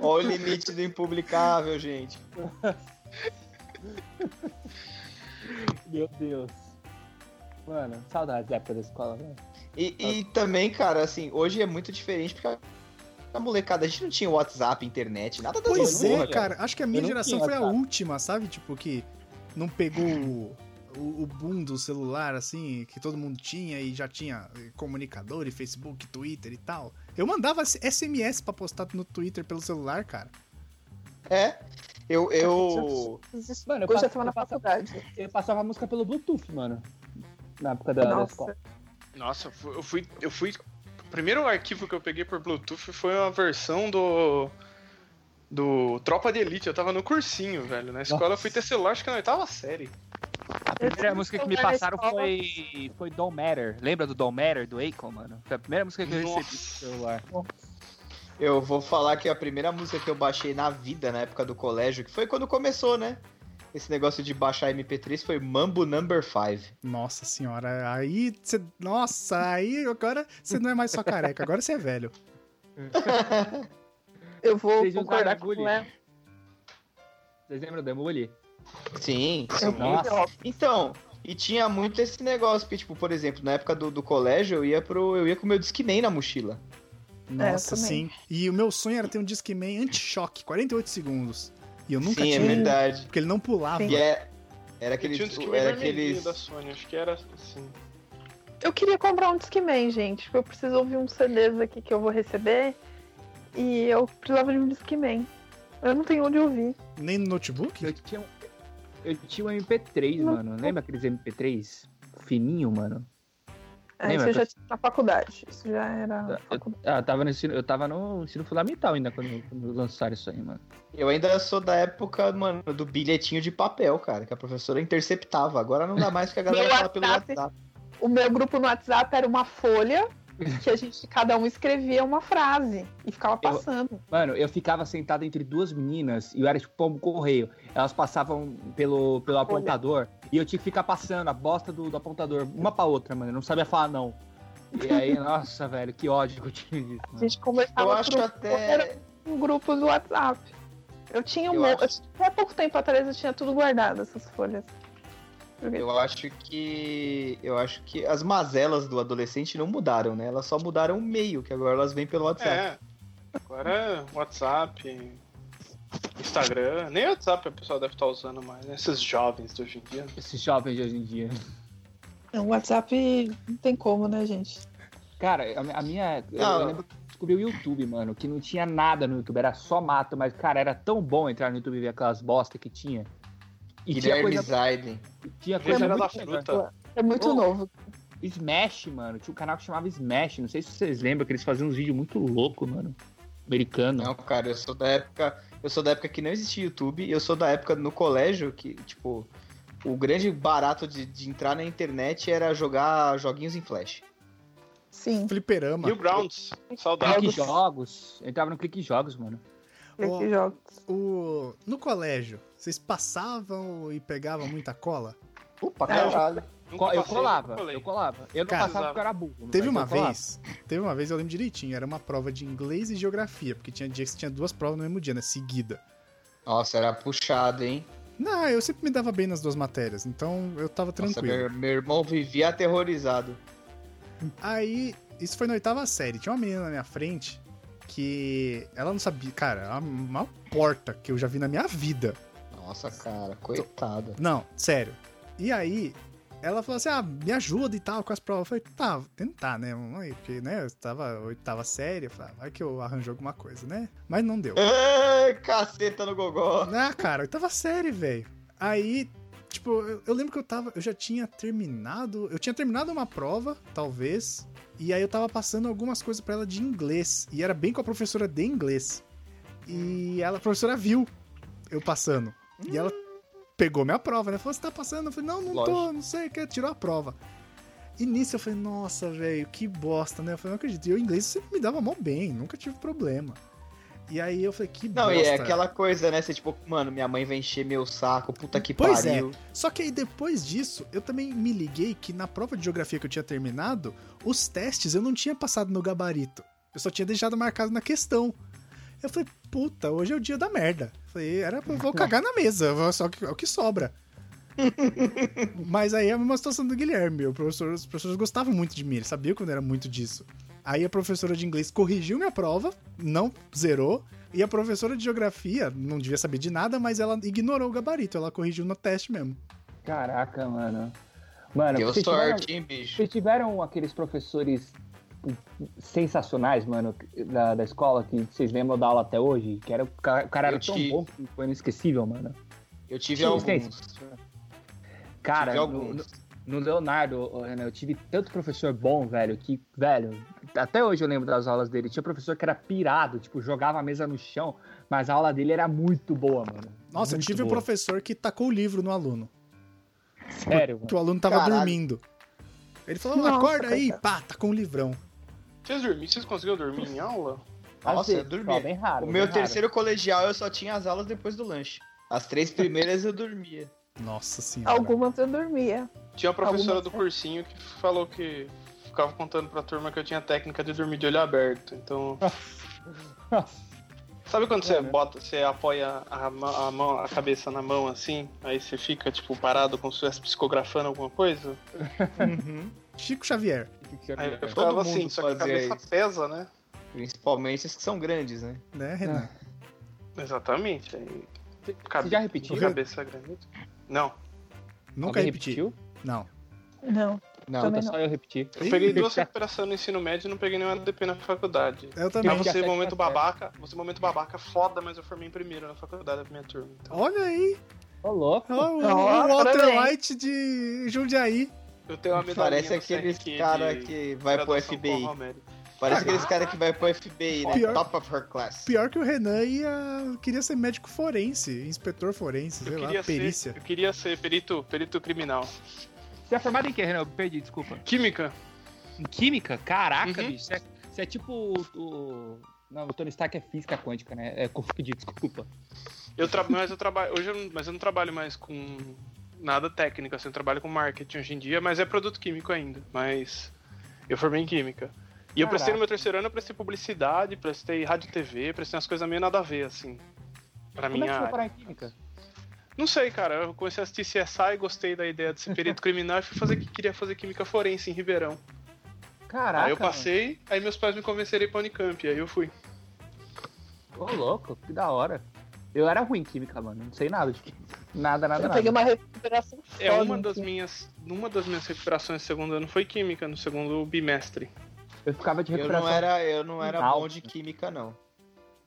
Olha o limite do impublicável, gente. Meu Deus. Mano, saudades da época da escola, né? velho. E, e também, cara, assim, hoje é muito diferente porque a- a molecada, a gente não tinha WhatsApp, internet, nada dessas Pois é, porra, cara. Acho que a minha não geração tinha, foi a cara. última, sabe? Tipo, que não pegou o, o- o boom do celular, assim, que todo mundo tinha e já tinha eh, comunicador e Facebook, Twitter e tal. Eu mandava S- SMS pra postar no Twitter pelo celular, cara. É. Eu. eu... Tá Isso Mano, eu Hoje passo- eu tava na eu passo- faculdade. Eu passava a música pelo Bluetooth, mano. Na época da, da escola. Nossa. Nossa, eu fui- eu fui. Eu fui. O primeiro arquivo que eu peguei por Bluetooth foi uma versão do. Do Tropa de Elite, eu tava no cursinho, velho. Na escola eu fui ter celular, acho que na oitava série. A primeira Eu música que tinha me celular passaram na escola. foi, foi Don't Matter. Lembra do Don't Matter, do Akon, mano? Foi a primeira música que eu recebi no Nossa. celular. Eu vou falar que a primeira música que eu baixei na vida, na época do colégio, que foi quando começou, né? Esse negócio de baixar MP3 foi Mambo Number 5. Nossa senhora, aí você. Nossa, aí agora você não é mais só careca, agora você é velho. Eu vou Vocês usaram concordar com o agulha? Léo. Vocês lembram do Emule? Sim. Nossa. Então, e tinha muito esse negócio, porque, tipo, por exemplo, na época do, do colégio, eu ia pro. Eu ia com o meu Discman na mochila. Nossa, também. sim. E o meu sonho era ter um Discman anti-choque, 48 segundos. E eu nunca Sim, é tive, verdade. porque ele não pulava. E é- era Eu aqueles. tinha um disquinho era vermelhinho aqueles. da Sony, acho que era assim. Eu queria comprar um Discman, gente. porque Eu preciso ouvir uns CDs aqui que eu vou receber. E eu precisava de um Discman. Eu não tenho onde ouvir. Nem no notebook? Eu tinha um, eu tinha um MP3, mano. Lembra aqueles MP3? Fininho, mano. É, Nem isso vai eu já tinha na faculdade. Isso já era na faculdade. Ah, eu tava no ensino, eu tava no ensino fundamental ainda quando, quando lançaram isso aí, mano. Eu ainda sou da época, mano, do bilhetinho de papel, cara, que a professora interceptava. Agora não dá mais porque a galera Meu fala pelo WhatsApp. WhatsApp. O meu grupo no WhatsApp era uma folha que a gente, cada um escrevia uma frase e ficava passando. Mano, eu ficava sentado entre duas meninas e eu era tipo pombo correio. Elas passavam pelo, pelo apontador e eu tinha que ficar passando a bosta do, do apontador, uma pra outra, mano. Eu não sabia falar não. E aí, nossa, velho, que ódio que eu tinha disso, A mano. gente conversava Eu por acho um- até. um grupo do WhatsApp. Eu tinha um Eu monte. acho- Até pouco tempo atrás eu tinha tudo guardado, essas folhas. Eu acho que. Eu acho que as mazelas do adolescente não mudaram, né? Elas só mudaram o meio, que agora elas vêm pelo WhatsApp. É. Agora é WhatsApp, Instagram. Nem WhatsApp o pessoal deve estar usando mais, né? Esses jovens de hoje em dia. Esses jovens de hoje em dia. O WhatsApp não tem como, né, gente? Cara, a, a minha. Eu, Não. eu lembro que eu descobri o YouTube, mano, que não tinha nada no YouTube, era só mato, mas, cara, era tão bom entrar no YouTube e ver aquelas bosta que tinha. E tinha Guilherme coisa, Zaiden. tinha coisa Veja da É muito legal. fruta. É muito Ô, novo. Smash, mano. Tinha um canal que chamava Smash. Não sei se vocês lembram que eles faziam uns vídeos muito loucos, mano. Americano. Não, cara, eu sou da época. Eu sou da época que não existia YouTube. Eu sou da época no colégio que, tipo, o grande barato de, de entrar na internet era jogar joguinhos em flash. Sim. Fliperama. Newgrounds. Saudades. Clique Jogos. Eu entrava no Clique Jogos, mano. Olha Ô, que jogo. o- no colégio, vocês passavam e pegavam muita cola? Opa, É. caralho. Nunca Co- Eu passei, colava, nunca colei. eu colava. Eu não Cara, passava porque eu era burro. mas Teve eu uma colava. vez, teve uma vez, eu lembro direitinho, era uma prova de inglês e geografia, porque tinha dias que tinha duas provas no mesmo dia, né, seguida. Nossa, era puxado, hein? Não, eu sempre me dava bem nas duas matérias, então eu tava Nossa, é tranquilo. meu, meu irmão vivia aterrorizado. Aí, isso foi na oitava série. Tinha uma menina na minha frente que ela não sabia. Cara, a maior porta que eu já vi na minha vida. Nossa, cara, coitada. Não, sério. E aí, Ela falou assim: ah, me ajuda e tal com as provas. Eu falei: tá, vou tentar, né? Vamos aí, Porque, né, eu tava oitava série, eu falei, ah, vai que eu arranjo alguma coisa, né? Mas não deu. Ê, caceta no gogó. Ah, cara, oitava série, velho. Aí, tipo, eu, eu lembro que eu tava. Eu já tinha terminado. Eu tinha terminado uma prova, talvez. E aí eu tava passando algumas coisas pra ela de inglês. E era bem com a professora de inglês. E ela, a professora viu eu passando. E ela pegou minha prova, né? Falou, você tá passando? Eu falei, não, não tô, Lógico. não sei, que tirou a prova. E nisso eu falei, nossa, velho, que bosta, né? Eu falei, não acredito. E o inglês sempre me dava mó bem, nunca tive problema. E aí eu falei, que Não, bosta. e é aquela coisa, né? Você tipo, mano, minha mãe vai encher meu saco, puta que Pois é. pariu. Só que aí depois disso, eu também me liguei que na prova de geografia que eu tinha terminado, os testes eu não tinha passado no gabarito. Eu só tinha deixado marcado na questão. Eu falei, puta, hoje é o dia da merda. Eu Falei, era, eu vou cagar na mesa, eu vou- só que, é o que sobra. Mas aí é a mesma situação do Guilherme. O professor, os professores gostavam muito de mim, eles sabiam que eu não era muito disso. Aí a professora de inglês corrigiu minha prova, não zerou. E a professora de geografia não devia saber de nada, mas ela ignorou o gabarito, ela corrigiu no teste mesmo. Caraca, mano. Mano, Deu vocês tiveram- sorte, hein, bicho. Vocês tiveram aqueles professores sensacionais, mano, da, da escola, que vocês lembram da aula até hoje? Que era, o cara o cara era Eu tão tive. bom que foi inesquecível, mano. Eu tive Sim, alguns. tem- Cara, tive no- alguns. No, no Leonardo, ô, Renan, eu tive tanto professor bom, velho, que, velho, até hoje eu lembro das aulas dele. Tinha professor que era pirado, tipo, jogava a mesa no chão, mas a aula dele era muito boa, mano. Nossa, eu Muito tive um boa. professor que tacou o livro no aluno. Sério, mano. Que o aluno tava Caralho. dormindo. Ele falou, Nossa, acorda aí, pá, tacou um livrão. Vocês dormiram? Vocês conseguiram dormir em aula? Nossa, Às vezes, eu dormi. tipo, ó, bem raro, O bem meu raro. terceiro colegial eu só tinha as aulas depois do lanche. As três primeiras eu dormia. Nossa senhora. Algumas eu dormia. Tinha a professora Algumas- do cursinho que falou que ficava contando pra turma que eu tinha técnica de dormir de olho aberto. Então. Sabe quando É, você né? bota, você apoia a, ma- a mão, a cabeça na mão assim, aí você fica, tipo, parado como se estivesse psicografando alguma coisa? Uhum. Chico Xavier. Aí eu Todo ficava assim, mundo só que a fazia cabeça isso. pesa, né? Principalmente as que são grandes, né? Né, Renan? Exatamente. Aí, cabe... já repetiu? Cabeça é grande. Não. Nunca Alguém repeti. repetiu? Não. Não. Não, Também Puta, só eu repeti. Eu peguei duas recuperações no ensino médio e não peguei nenhuma DP na faculdade. Eu Mas também. Não. você, Sete, momento sete. babaca, você, momento babaca, foda, mas eu formei em primeiro na faculdade da minha turma. Então, Olha aí. Ô, louco. Ó, o Ó, o Walter parabéns. White de Jundiaí. eu tenho uma medalha. Parece aqueles cara que vai pro FBI. Parece aqueles cara que vai pro FBI, né? Ah. Pior- Top of her class. Pior que o Renan ia... queria ser médico forense, inspetor forense, sei Eu lá, queria, perícia. ser, eu queria ser perito, perito criminal. Você é formado em quê, Renan? Eu perdi, desculpa. Química? Em química? Caraca, Uhum. bicho. Você é, você é tipo o, o- Não, o Tony Stark é física quântica, né? É confundi, desculpa. é Eu tra... mas eu trabalho. Hoje eu não- mas eu não trabalho mais com nada técnico, assim, eu trabalho com marketing hoje em dia, mas é produto químico ainda. Mas eu formei em química. E eu prestei no meu terceiro ano, eu prestei publicidade, prestei rádio e TV, prestei umas coisas meio nada a ver, assim. Pra Como é que minha você vai área. parar em química? Não sei, cara. Eu comecei a assistir CSI, gostei da ideia de ser perito criminal e fui fazer que queria fazer química forense em Ribeirão. Caraca. aí eu passei, aí meus pais me convenceram a ir pra Unicamp, aí eu fui. mano. Ô, louco, que da hora. Eu era ruim em química, mano. Não sei nada de química. Nada, nada, Eu nada. peguei uma recuperação É foda, uma das assim. minhas, uma das minhas recuperações do segundo ano foi química no segundo bimestre. Eu ficava de Eu recuperação. não era, eu não era Não. bom de química, não.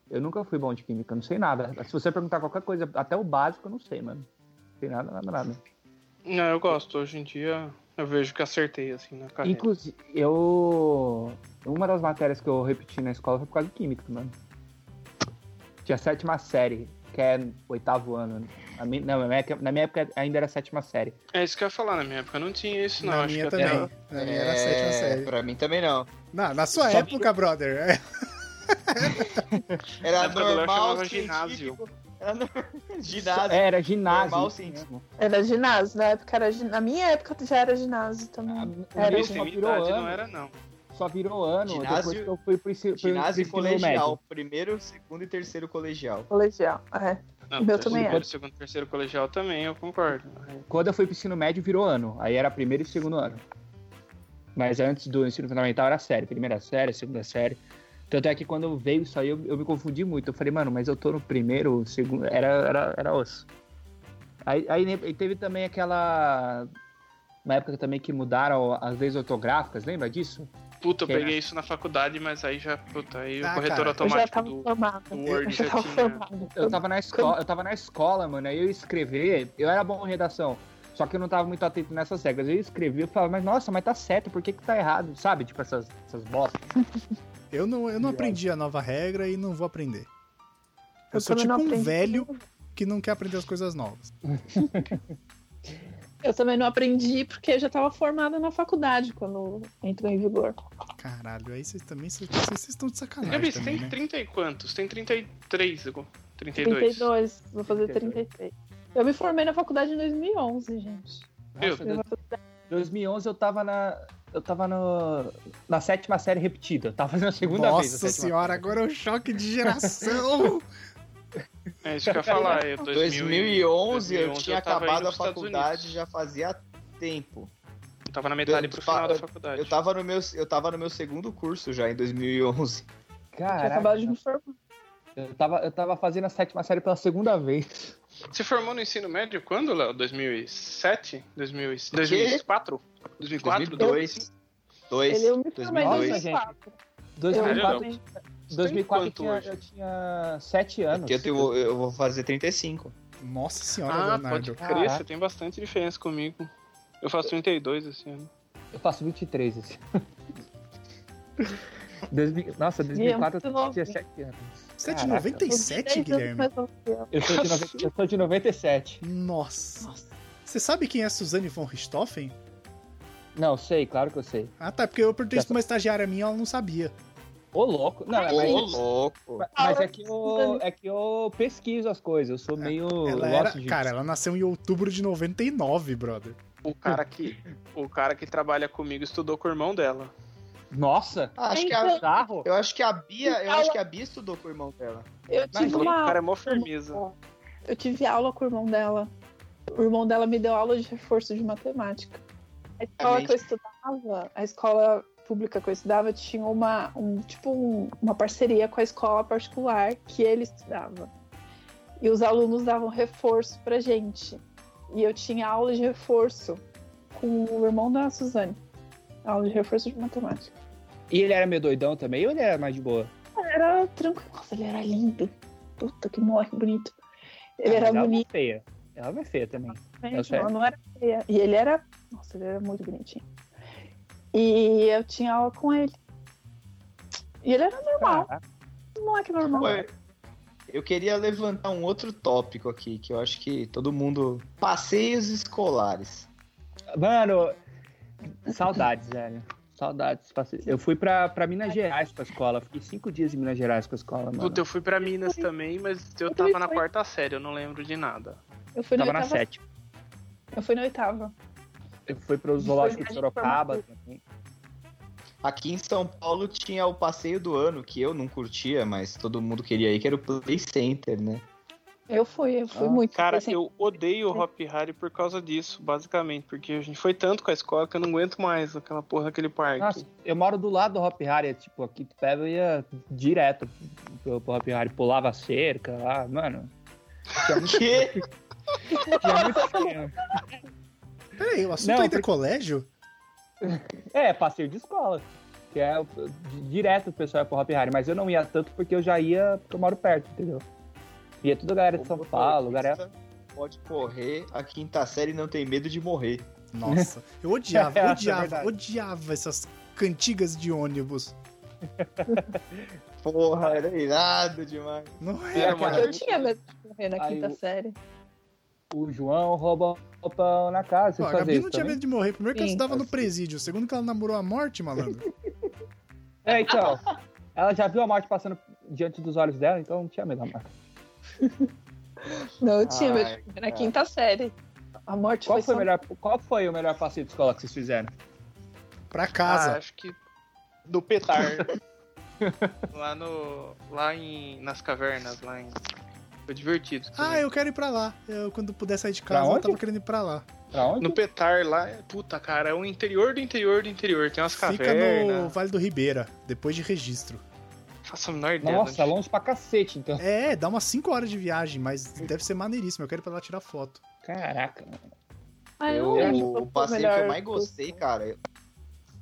Eu nunca fui bom de química, não sei nada. Se você perguntar qualquer coisa, até o básico, eu não sei, mano. Não sei nada, nada, nada. Não, eu gosto. Hoje em dia eu vejo que acertei assim na Ah, é. carreira. Inclusive, eu. Uma das matérias que eu repeti na escola foi por causa de química, mano. Tinha a sétima série, que é oitavo ano. A mi- não, na minha, época- na minha época ainda era a sétima série. É isso que eu ia falar na minha época. Não tinha isso, não. Na Acho minha que também. até- Na minha era a É. sétima série. É, Pra mim também não. Na, na sua Só- época, brother. Na Era época do Léo normal chamava ginásio. científico. Era no... ginásio. Era ginásio. Normal, isso sim. mesmo. Era ginásio, na época era gin- Na minha época já era ginásio também. Era Minha eu só virou extremidade não ano. era, não. Só virou ano depois Ginásio- que eu fui pro ensi- pro Ginásio e ensino colegial. médio. Primeiro, segundo e terceiro colegial. Colegial. É. não Meu também primeiro, era. Segundo, terceiro colegial também, eu concordo. Quando eu fui pro ensino médio, virou ano. Aí era primeiro e segundo ano. Mas antes do ensino fundamental era série. Primeira série, segunda série. Tanto é que quando veio isso aí, eu, eu me confundi muito. Eu falei, mano, mas eu tô no primeiro, segundo. Era, era, era osso. Aí, aí ne- e teve também aquela. Uma época também que mudaram as leis ortográficas, lembra disso? Puta, eu Quem é? peguei isso na faculdade, mas aí já, puta, aí Ah, o corretor cara, Eu já automático tava do, formada. do Word Eu já já tava tinha. formada. Eu tava na escola, eu tava na escola, mano, aí eu escrevi, eu era bom em redação, só que eu não tava muito atento nessas regras. Eu escrevi, eu falava, mas nossa, mas tá certo, por que que tá errado? Sabe, tipo essas, essas bostas. Eu não, eu não aprendi a nova regra e não vou aprender. Eu, Eu sou também tipo não um aprendi. velho que não quer aprender as coisas novas. Eu também não aprendi porque eu já tava formada na faculdade quando entrou em vigor. Caralho, aí vocês também vocês- vocês estão de sacanagem. Gabi, você também, tem né? 30 e quantos? Tem 33, Igor? 32. 32, vou fazer 32. 33. Eu me formei na faculdade em 2011, gente. Meu, Nossa, 2011 eu tava na. Eu tava no, na sétima série repetida. Eu tava fazendo a segunda Nossa vez. a sétima. senhora, agora é o choque de geração! é isso que eu ia falar. Eu, 2000 e- 2011 eu tinha acabado tava indo a pros Estados faculdade Unidos. já fazia tempo. Eu tava na metade Eu- pro final da eu- faculdade. Eu tava no meu, eu tava no meu segundo curso já em 2011. tinha Caraca, acabado de me formar. eu, tava, eu tava fazendo a sétima série pela segunda vez. Você formou no ensino médio quando, Léo? 2007? 2000 e- 2004? 2004? 2002. Dois, Ele é eu me formei em 2002. 2002. 2004. Eu me 2004, formei. 2004 eu, Quanto tinha, hoje? eu tinha sete anos. é Porque eu, tenho- eu vou fazer 35. Nossa senhora, Ah, pode Leonardo. crer, Caraca. você tem bastante diferença comigo. Eu faço 32 esse ano. Eu faço 23 esse ano. 2000 Nossa, 2004 é muito novo. eu tinha 7 anos. Você é de Caraca. 97, Eu tinha 10 anos Guilherme? mais nova que eu. Eu sou de, noven- eu sou de 97. Nossa. Nossa. Você sabe quem é Suzane von Richthofen? Não, sei, claro que eu sei. Ah, tá, porque eu perguntei Já isso pra uma estagiária minha, ela não sabia. Ô, louco. Não, é, Ô, mas, louco. mas é, que eu, é que eu pesquiso as coisas. Eu sou meio. É, Ela gosto era, de- cara, ela nasceu em outubro de 99, brother. O cara que, o cara que trabalha comigo estudou com o irmão dela. Nossa! Ah, Acho que a, Então- Bizarro! eu acho que a Bia, eu acho que a Bia estudou com o irmão dela. Eu tive o uma cara aula. é mó firmeza. Eu tive aula com o irmão dela. O irmão dela me deu aula de reforço de matemática. A escola Amém. que eu estudava, a escola pública que eu estudava tinha uma, um, tipo, um- uma parceria com a escola particular que ele estudava. E os alunos davam reforço pra gente. E eu tinha aula de reforço com o irmão da Suzane. Aula de reforço de matemática. E ele era meio doidão também ou ele era mais de boa? Era tranquilo. Nossa, ele era lindo. Puta, que moleque bonito. Ele Ah, mas era ela bonito. é feia. Ela é feia também. Gente, certo. não, Né? Então, não era feia. E ele era. Nossa, ele era muito bonitinho. E eu tinha aula com ele. E ele era normal, Caraca. um moleque normal. Ué, Eu queria levantar um outro tópico aqui, que eu acho que todo mundo. Passeios escolares. Mano, saudades, velho. Saudades. Passei- Eu fui pra, pra Minas Gerais com a escola. Fiquei cinco dias em Minas Gerais com a escola, mano. Puta, eu fui pra Minas também, mas eu Eu tava também na fui. quarta série, eu não lembro de nada. Eu fui na tava na oitava. sétima. Eu fui na oitava. Eu fui pro zoológico de viagem Sorocaba também. Aqui em São Paulo tinha o passeio do ano, que eu não curtia, mas todo mundo queria ir, que era o Play Center, né? Eu fui, eu fui Ah, muito. Cara, assim, eu odeio o Hop Harry por causa disso, basicamente, porque a gente foi tanto com a escola que eu não aguento mais aquela porra daquele parque. Nossa, eu moro do lado do Hop Harry, tipo, aqui tu pega eu ia direto pro, pro Hop Harry, pulava a cerca lá, mano. Que? Tinha muito tempo. Peraí, o assunto Não, ainda é porque- colégio? É, passeio de escola. Que é o- di- direto o pessoal ia pro Hop Harry, mas eu não ia tanto porque eu já ia, porque eu moro perto, entendeu? Ia toda a galera de São Paulo, galera. Pode correr, a quinta série não tem medo de morrer. Nossa, eu odiava, Essa é odiava, verdade. odiava essas cantigas de ônibus. Porra, era irado demais. Não é, Era uma cara? eu tinha medo de correr na Aí quinta o- série. O João rouba o pão na casa. Pô, Vocês a fazem Gabi isso não tinha também? medo de morrer. Primeiro que ela Sim, estudava no assim. presídio. Segundo que ela namorou a morte, malandro. É, então. Ela já viu a morte passando diante dos olhos dela, então não tinha medo da morte. Não, eu tinha Ai, medo de correr na cara. quinta série. A morte Qual foi, foi, o só- melhor, qual foi o melhor passeio de escola que vocês fizeram? Pra Ah, casa. acho que do Petar. lá no. Lá em. nas cavernas, lá em. Foi divertido. Ah, também. eu quero ir pra lá. Eu, quando puder sair de Pra casa, eu onde? tava querendo ir pra lá. Pra onde? No Petar lá, é- puta, cara, é o interior do interior do interior. Tem umas Fica no cavernas. Vale do Ribeira, depois de registro. Faça a menor ideia. Nossa, onde- longe pra cacete, então. É, dá umas 5 horas de viagem, mas deve ser maneiríssimo. Eu quero ir pra lá tirar foto. Caraca, mano. Ah, Eu, não acho o foi passeio que eu melhor mais gostei, curso. cara, eu,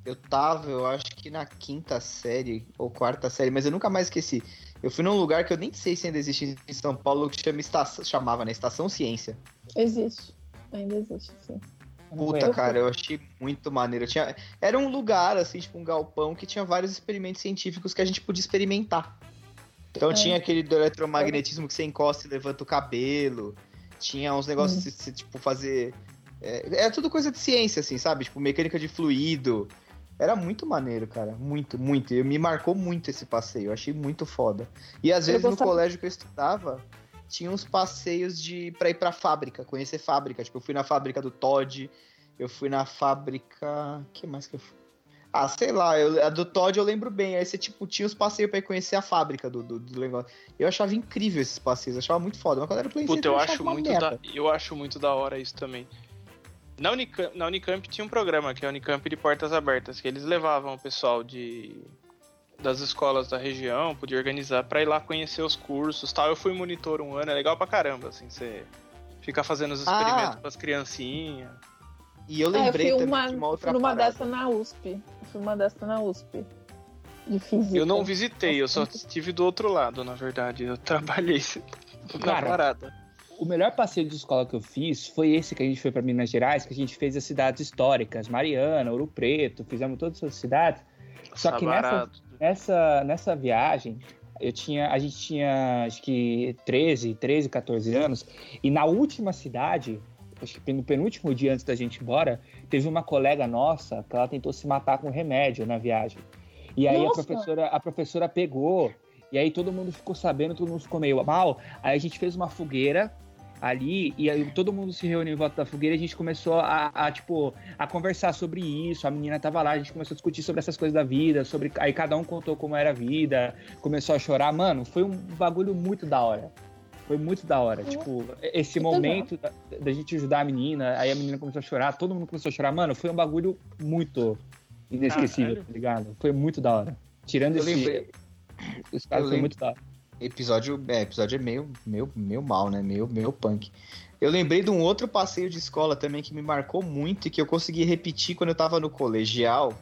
eu tava, eu acho que na quinta série ou quarta série, mas eu nunca mais esqueci. Eu fui num lugar que eu nem sei se ainda existe em São Paulo, que chama estação, chamava, né? Estação Ciência. Existe. Ainda existe, sim. Puta, cara, eu achei muito maneiro. Tinha, era um lugar, assim, tipo um galpão, que tinha vários experimentos científicos que a gente podia experimentar. Então É. tinha aquele do eletromagnetismo que você encosta e levanta o cabelo. Tinha uns negócios Hum. de, se, tipo, fazer. É, é tudo coisa de ciência, assim, sabe? Tipo, mecânica de fluido. Era muito maneiro, cara. Muito, muito. E me marcou muito esse passeio. Eu achei muito foda. E às Eu vezes no gostava- colégio que eu estudava, tinha uns passeios de pra ir pra fábrica, conhecer fábrica. Tipo, eu fui na fábrica do Todd, eu fui na fábrica. que mais que eu fui? Ah, sei lá, eu- a do Todd eu lembro bem. Aí você, tipo, tinha os passeios pra ir conhecer a fábrica do, do, do negócio. Eu achava incrível esses passeios, eu achava muito foda. Mas quando era Play Puta, Center, eu achava acho, uma muito merda. da, eu acho muito da hora isso também. Na Unicamp, na Unicamp tinha um programa, que é a Unicamp de Portas Abertas, que eles levavam o pessoal de das escolas da região, podia organizar pra ir lá conhecer os cursos tal. Eu fui monitor um ano, é legal pra caramba, assim, você ficar fazendo os Ah. experimentos com as criancinhas. E eu Ah, eu lembrei fui também uma, de uma outra fui numa parada. dessa na USP. Eu fui uma dessa na USP. De física. Eu não visitei, eu só estive do outro lado, na verdade. Eu trabalhei na Cara. parada. O melhor passeio de escola que eu fiz foi esse que a gente foi para Minas Gerais, que a gente fez as cidades históricas, Mariana, Ouro Preto, fizemos todas essas cidades. Tá Só que nessa- Sabarado. Nessa, nessa viagem, eu tinha, a gente tinha acho que 13, 13, 14 anos, e na última cidade, acho que no penúltimo dia antes da gente ir embora, teve uma colega nossa que ela tentou se matar com remédio na viagem. E aí a Nossa! professora, a professora pegou, e aí todo mundo ficou sabendo, todo mundo ficou meio mal. Aí a gente fez uma fogueira ali, e aí todo mundo se reuniu em volta da fogueira e a gente começou a, a, tipo, a conversar sobre isso. A menina tava lá, a gente começou a discutir sobre essas coisas da vida, sobre. Aí cada um contou como era a vida, começou a chorar. Mano, foi um bagulho muito da hora. Foi muito da hora. Tipo, esse legal. momento da, da gente ajudar a menina, aí a menina começou a chorar, todo mundo começou a chorar. Mano, foi um bagulho muito inesquecível, Caralho. tá ligado? Foi muito da hora. Tirando Eu esse. lembrei. Os caras eu foi lembro. muito da hora. Episódio é, episódio é meio, meio, meio mal, né? Meio, meio punk. Eu lembrei de um outro passeio de escola também que me marcou muito e que eu consegui repetir quando eu tava no colegial,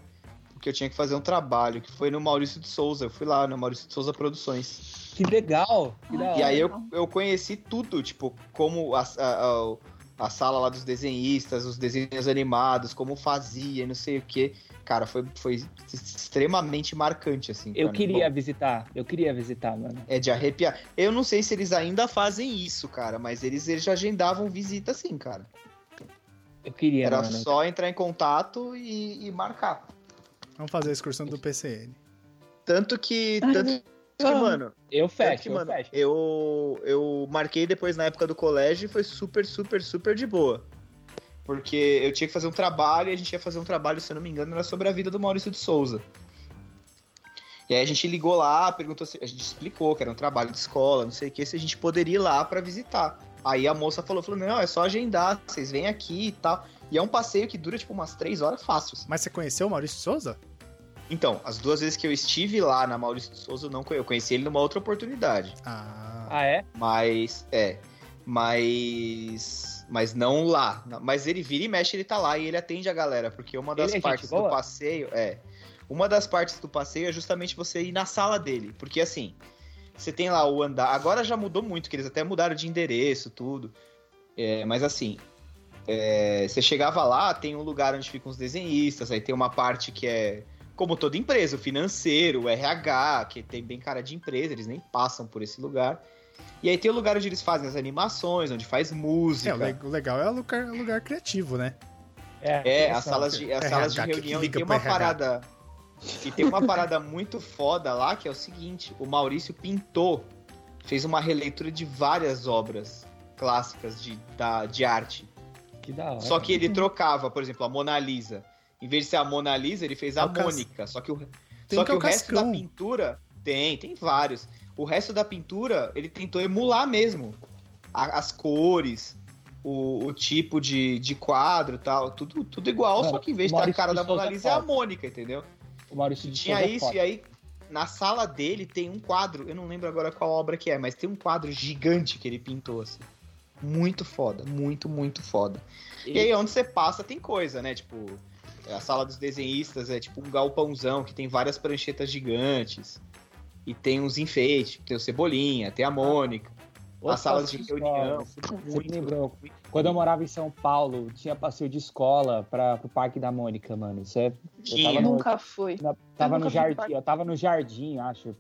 porque eu tinha que fazer um trabalho, que foi no Maurício de Souza. Eu fui lá no Maurício de Souza Produções. Que legal! Que da E hora. aí eu, eu conheci tudo, tipo, como a, a- a- a sala lá dos desenhistas, os desenhos animados, como fazia, não sei o quê. Cara, foi, foi extremamente marcante, assim. pra Eu mim. queria visitar, eu queria visitar, mano. É de arrepiar. Eu não sei se eles ainda fazem isso, cara, mas eles, eles já agendavam visita sim, cara. Eu queria, Era mano. só entrar em contato e, e marcar. Vamos fazer a excursão do PCN. Tanto que. Ai, Tanto que, vamos. mano, Eu tanto fecho, É que, eu mano, fecho. eu, eu marquei depois na época do colégio e foi super, super, super de boa. Porque eu tinha que fazer um trabalho e a gente ia fazer um trabalho, se eu não me engano, era sobre a vida do Maurício de Souza. E aí a gente ligou lá, perguntou se. A gente explicou que era um trabalho de escola, não sei o que, se a gente poderia ir lá pra visitar. Aí a moça falou, falou, não, é só agendar, vocês vêm aqui e tal. E é um passeio que dura tipo umas três horas fácil. assim. Mas você conheceu o Maurício Souza? Então, as duas vezes que eu estive lá na Maurício de Souza, eu não conhe- eu conheci ele numa outra oportunidade. Ah. Ah, é? Mas, é. Mas. Mas não lá. Mas ele vira e mexe, ele tá lá e ele atende a galera. Porque uma das Ele é gente partes do boa? passeio. É. Uma das partes do passeio é justamente você ir na sala dele. Porque assim. Você tem lá o andar. Agora já mudou muito, que eles até mudaram de endereço, tudo. É, mas assim. é, você chegava lá, tem um lugar onde ficam os desenhistas, aí tem uma parte que é. Como toda empresa, o financeiro, o RH, que tem bem cara de empresa, eles nem passam por esse lugar. E aí tem o lugar onde eles fazem as animações, onde faz música. É, o le- o legal é o lugar, o lugar criativo, né? É, as salas de, as RH, salas de que reunião. E liga tem pro uma RH. parada. E tem uma parada muito foda lá que é o seguinte: o Maurício pintou, fez uma releitura de várias obras clássicas de, da, de arte. Que da hora. Só que Uhum. ele trocava, por exemplo, a Mona Lisa. Em vez de ser a Mona Lisa, ele fez a É o cas- Mônica. Só que o, Tem só que que é o, tá o resto da cascão. pintura. Tem, tem vários. O resto da pintura, ele tentou emular mesmo. A- as cores, o, o tipo de, de quadro e tal. Tudo, tudo igual, Mano, só que em vez de ter a Maurício cara de da Mona Souza Lisa, é a Paulo. Mônica, entendeu? O Maurício de Tinha Souza é isso, foda. e aí na sala dele tem um quadro. Eu não lembro agora qual obra que é, mas tem um quadro gigante que ele pintou, assim. Muito foda, muito, muito foda. E, aí, onde você passa, tem coisa, né? Tipo, a sala dos desenhistas é tipo um galpãozão que tem várias pranchetas gigantes. E tem uns enfeites, tem o Cebolinha, tem a Mônica. Outra as salas de passeio reunião. escola, Você muito- me lembrou. Quando eu morava em São Paulo, tinha passeio de escola pra, pro Parque da Mônica, mano. Isso é, Tinha. tava Nunca fui. na- tava nunca fui no no jardim, parque. eu tava no jardim, acho.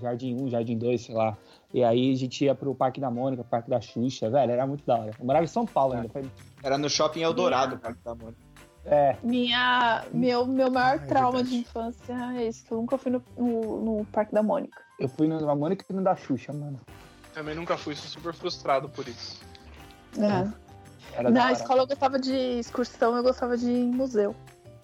Jardim 1, Jardim 2, sei lá. E aí a gente ia pro Parque da Mônica, Parque da Xuxa, velho, era muito da hora. Eu morava em São Paulo ainda. foi- Era no shopping Eldorado, cara, da Mônica. É, Minha, meu, meu maior Ah, é trauma verdade. de infância é esse, que eu nunca fui no, no, no Parque da Mônica. eu fui no da Mônica e no da Xuxa, mano. Também nunca fui, sou super frustrado por isso. É. Era da Na hora. escola eu gostava de excursão, eu gostava de ir em museu.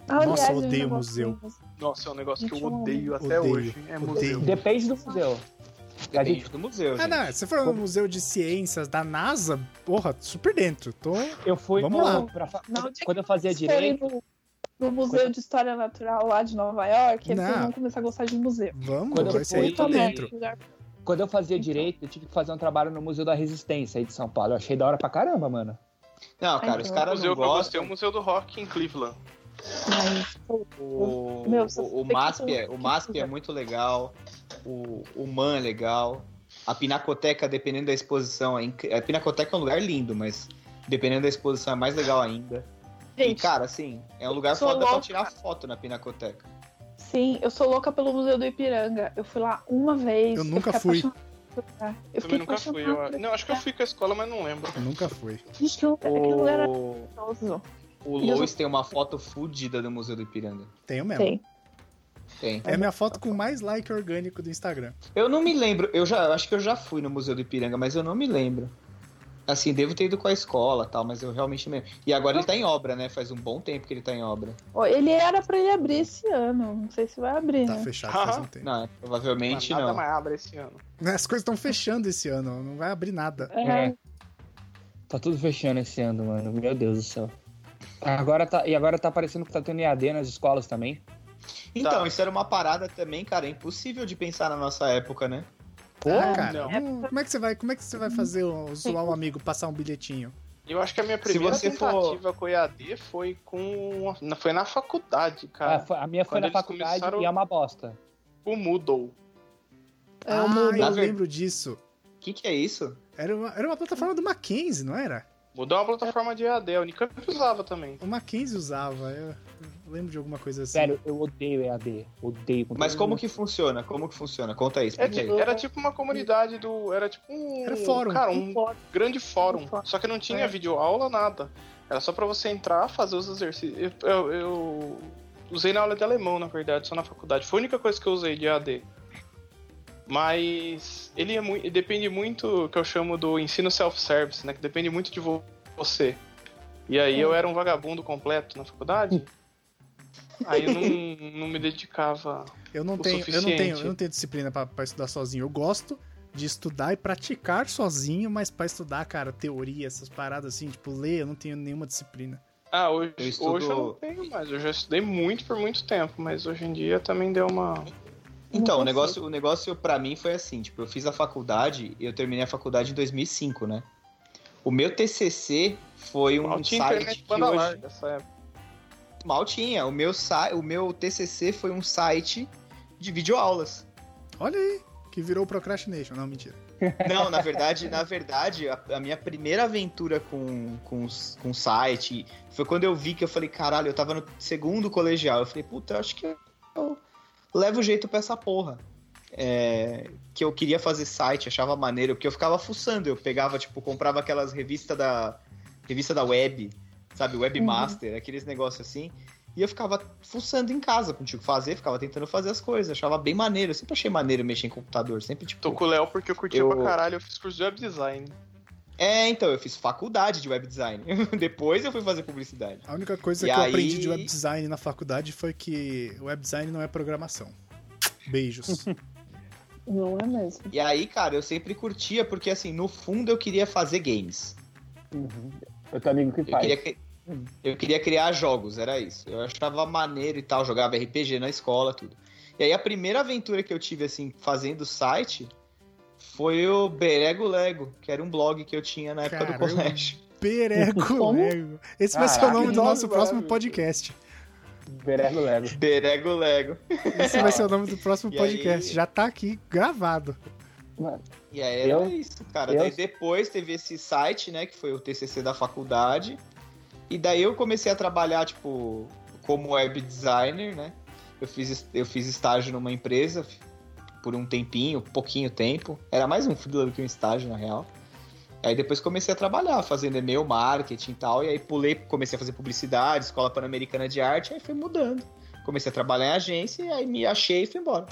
Ah, Nossa, eu ainda odeio gosto museu. de museu. Nossa, é um negócio que eu Gente, eu odeio até Odeio, hoje. É odeio. museu. Depende do museu. A Depende gente- do museu, Ah, gente. não, se for no Museu de Ciências da NASA, porra, super dentro. Tô... Eu fui Vamos no- lá. pra fa- Não, onde é quando eu fazia Se forem direito. No, no Museu de História Natural lá de Nova York, aí Não. vocês vão começar a gostar de museu. Vamos, Quando eu esse aí fui tô Puta merda, dentro. que lugar- Quando eu fazia Então. direito, eu tive que fazer um trabalho no Museu da Resistência aí de São Paulo. Eu achei da hora pra caramba, mano. Não, cara, os então. O caras museu não que eu gostei é gostam. o Museu do Rock em Cleveland. Mas, pô, O, Meu, o, você o, tem que MASP, é, ter um- o MASP é muito legal. O, o MAN é legal. A Pinacoteca, dependendo da exposição, é inc- a Pinacoteca é um lugar lindo, mas dependendo da exposição é mais legal ainda. E, gente, cara, assim, é um lugar sou foda pra louca. tirar foto na Pinacoteca. sim, eu sou louca pelo Museu do Ipiranga. Eu fui lá uma vez. Eu nunca fiquei fui. apaixonada por esse lugar. Eu fiquei Também nunca fui. apaixonada por Eu... esse Não, acho que eu lugar. fui com a escola, mas não lembro. Eu nunca fui. Gente, aquilo- aquele lugar era O, maravilhoso. o E eu Lois tem uma foto fodida do Museu do Ipiranga. Tenho mesmo. Tem. Tem. É a minha foto com mais like orgânico do Instagram. Eu não me lembro, eu já eu acho que eu já fui no Museu do Ipiranga, mas eu não me lembro. Assim, devo ter ido com a escola tal, mas eu realmente não me lembro. E agora ele tá em obra, né? Faz um bom tempo que ele tá em obra. Ó, Ele era pra ele abrir esse ano. Não sei se vai abrir, Tá né? fechado faz um Ah. tempo. Não, provavelmente Nada não. mais abre esse ano. As coisas estão fechando esse ano, não vai abrir nada. É. É. Tá tudo fechando esse ano, mano. Meu Deus do céu. Agora tá, e agora tá parecendo que tá tendo EAD nas escolas também. Então, Tá. isso era uma parada também, cara, é impossível de pensar na nossa época, né? Ah, cara, não. não- como é que você vai, como é que você vai fazer o, zoar um amigo, passar um bilhetinho? Eu acho que a minha Se primeira você for- tentativa com EAD foi com. na- Foi na faculdade, Ah, cara. foi- a minha foi quando na eles faculdade começaram- e é uma bosta. O Moodle. É, ah, o Moodle. eu Na ver- lembro disso. O que, que é isso? Era uma, era uma plataforma do Mackenzie, não era? Moodle é uma plataforma de EAD, a Unicamp usava também. O Mackenzie usava, eu eu lembro de alguma coisa assim. Sério, eu odeio EAD. Odeio. com Mas todo como mundo. que funciona? Como que funciona? Conta aí, É explica ti- aí. era tipo uma comunidade do. Era tipo um. Era fórum. Cara, Um um fórum. grande fórum. Um fórum. Só que não tinha É. videoaula, nada. Era só pra você entrar, fazer os exercícios. Eu, eu- eu usei na aula de alemão, na verdade, só na faculdade. Foi a única coisa que eu usei de AD. Mas ele é muito. Depende muito que eu chamo do ensino self-service, né? Que depende muito de vo- você. E aí eu era um vagabundo completo na faculdade. aí eu não, não me dedicava. Eu não, o tenho, eu, não suficiente. tenho, eu não tenho disciplina pra, pra estudar sozinho. Eu gosto de estudar e praticar sozinho, mas pra estudar, cara, teoria, essas paradas assim, tipo, ler, eu não tenho nenhuma disciplina. Ah, hoje Eu eu, estudo- hoje eu não tenho mais. Eu já estudei muito por muito tempo, mas hoje em dia também deu uma. Então, o Não negócio, o negócio para mim foi assim, tipo, eu fiz a faculdade, eu terminei a faculdade em 2005, né? O meu TCC foi um Não tinha site internet que banda hoje... larga nessa época. Mal tinha. O meu, sa... o meu TCC foi um site de videoaulas. Olha aí, que virou Procrastination. Não, mentira. Não, na verdade, na verdade, a, a minha primeira aventura com, com, s- com site foi quando eu vi que eu falei, caralho, eu tava no segundo colegial. Eu falei, puta, eu acho que eu levo jeito pra essa porra. É, que eu queria fazer site, achava maneiro, porque eu ficava fuçando. Eu pegava, tipo, comprava aquelas revistas da. Revista da web, sabe? Webmaster, aqueles negócios assim. E eu ficava fuçando em casa, não tinha o que fazer, ficava tentando fazer as coisas, achava bem maneiro. Eu sempre achei maneiro mexer em computador, sempre, tipo. Tô com o Léo porque eu curti Eu- pra caralho, eu fiz curso de web design. É, então, eu fiz faculdade de web design. Depois eu fui fazer publicidade. A única coisa E que eu aí- aprendi de web design na faculdade foi que web design não é programação. Beijos. Não é mesmo. E aí, cara, eu sempre curtia, porque assim, no fundo eu queria fazer games. Eu tenho amigo que Eu faz. queria, cri- eu queria criar jogos, era isso. Eu achava maneiro e tal, jogava RPG na escola, tudo. E aí a primeira aventura que eu tive, assim, fazendo site Foi o Berego Lego, que era um blog que eu tinha na época Caramba. do colégio. Perego Lego. Esse vai ser o Caraca, nome do nome, nosso próximo velho. podcast. Berego Lego. Berego Lego. Esse vai ser o nome do próximo E podcast. aí- Já tá aqui gravado. E aí era Eu- isso, cara. eu- Daí depois teve esse site, né, que foi o TCC da faculdade. E daí eu comecei a trabalhar, tipo, como web designer, né? Eu fiz, eu fiz estágio numa empresa por um tempinho, pouquinho tempo. Era mais um freela do que um estágio, na real. Aí depois comecei a trabalhar, fazendo e-mail marketing e tal. E aí pulei, comecei a fazer publicidade, escola pan-americana de arte, aí fui mudando. Comecei a trabalhar em agência e aí me achei e fui embora.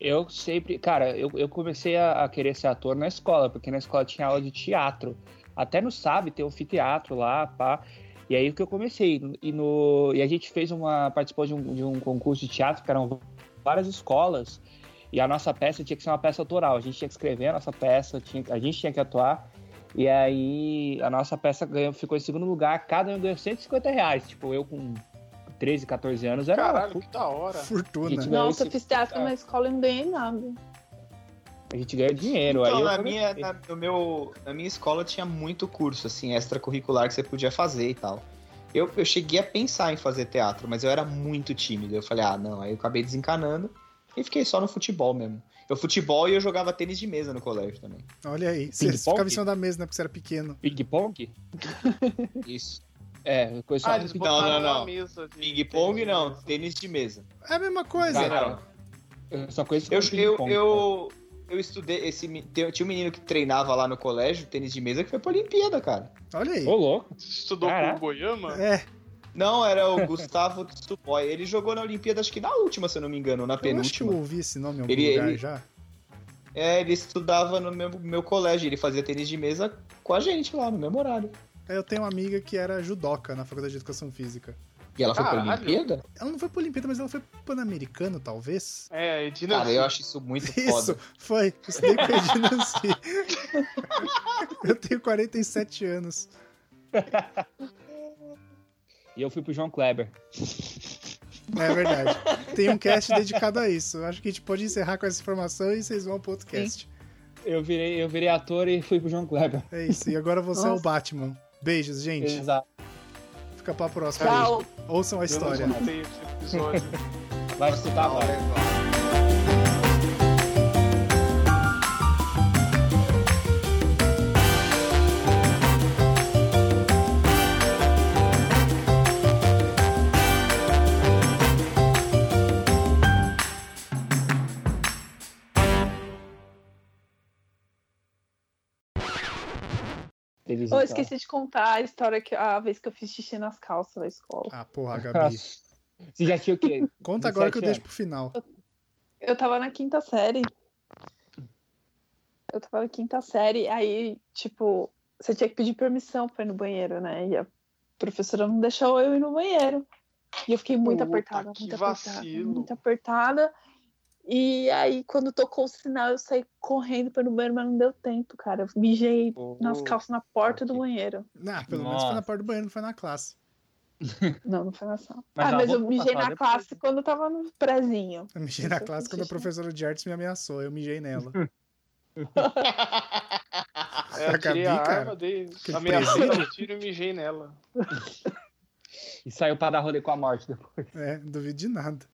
Eu sempre, cara, eu, eu comecei a, a querer ser ator na escola, porque na escola tinha aula de teatro. Até no SAB tem um anfiteatro lá, pá. E aí que eu comecei. E, no, e a gente fez uma. participou de um, de um concurso de teatro, que eram várias escolas. E a nossa peça tinha que ser uma peça autoral. A gente tinha que escrever a nossa peça, tinha- a gente tinha que atuar. E aí a nossa peça ganhou, ficou em segundo lugar, cada um ganhou 150 reais. Tipo, eu com 13, 14 anos era. Caralho, que da hora. Fortuna. Gente, Nossa, esse- eu fiz tá. teatro na escola e não ganhei nada. A gente ganhou dinheiro. aí Então, eu na, comecei. minha, na, no meu, na minha escola tinha muito curso, assim, extracurricular que você podia fazer e tal. Eu, eu cheguei a pensar em fazer teatro, mas eu era muito tímido. Eu falei, ah, não. Aí eu acabei desencanando e fiquei só no futebol mesmo. Eu futebol e eu jogava tênis de mesa no colégio também. Olha aí. Você Ping-pong? ficava em cima da mesa, né? Porque você era pequeno. Ping-pong? Isso. É, coisa Ah, eles Não, não, botaram não. uma mesa de. né? Ping-pong de- não, tênis de mesa. É a mesma coisa. Cara, Não, não. Eu só conheço Eu, como eu, ping-pong, eu, eu estudei. Esse, me- tem- tinha um menino que treinava lá no colégio, tênis de mesa, que foi pra Olimpíada, cara. Olha aí. cara. Ô, louco. Você estudou com Caraca. o Goiama? É, Não, era o Gustavo Tsuboy. Ele jogou na Olimpíada, acho que na última, se eu não me engano, ou na eu acho que eu penúltima. ouvi esse nome em algum Ele- lugar ele- já. É, ele estudava no meu, meu colégio, ele fazia tênis de mesa com a gente lá, no mesmo horário. É, Eu tenho uma amiga que era judoca na faculdade de educação física. E ela foi pra Caralho. Olimpíada? Ela não foi pra Olimpíada, mas ela foi pan-americano, talvez. É, Edina. Cara, eu acho isso muito Isso, foda. foi. Estudei com a Edna Nancy. Eu tenho 47 anos. E eu fui pro João Kleber. É verdade. Tem um cast dedicado a isso. Eu Acho que a gente pode encerrar com essa informação e vocês vão pro outro cast. Eu virei, eu virei ator e fui pro João Kleber. É isso. E agora você é o Nossa. Batman. Beijos, gente. Exato. Fica pra próxima. Tchau. Ouçam a história. Eu não gostei desse episódio. É, Vai estudar agora. Eles Eu então. esqueci de contar a história que a vez que eu fiz xixi nas calças na escola. Ah, porra, Gabi. Nossa. Você já tinha o quê? Conta agora que eu deixo 17 pro final. Eu tava na quinta série. Eu tava na quinta série, aí, tipo, você tinha que pedir permissão pra ir no banheiro, né? E a professora não deixou eu ir no banheiro. E eu fiquei muito Puta, apertada, que muito apertada, vacilo. muito apertada. E aí, quando tocou o sinal, eu saí correndo pra ir no banheiro, mas não deu tempo, cara. Eu mijei nas calças na porta do banheiro. Ah, pelo menos foi na Nossa. porta do banheiro, não foi na classe. Não, não foi na sala. Mas ah, ela mas eu voltou mijei pra sala na depois. classe quando eu tava no prezinho. Eu um mijei na Você classe fez quando a xixi? professora de artes me ameaçou. Eu mijei nela. É, A eu tirei a Gabi, cara, arma, dei. que Ameacei dar um tiro e mijei nela. E saiu pra dar rolê com a morte depois. É, não duvido de nada.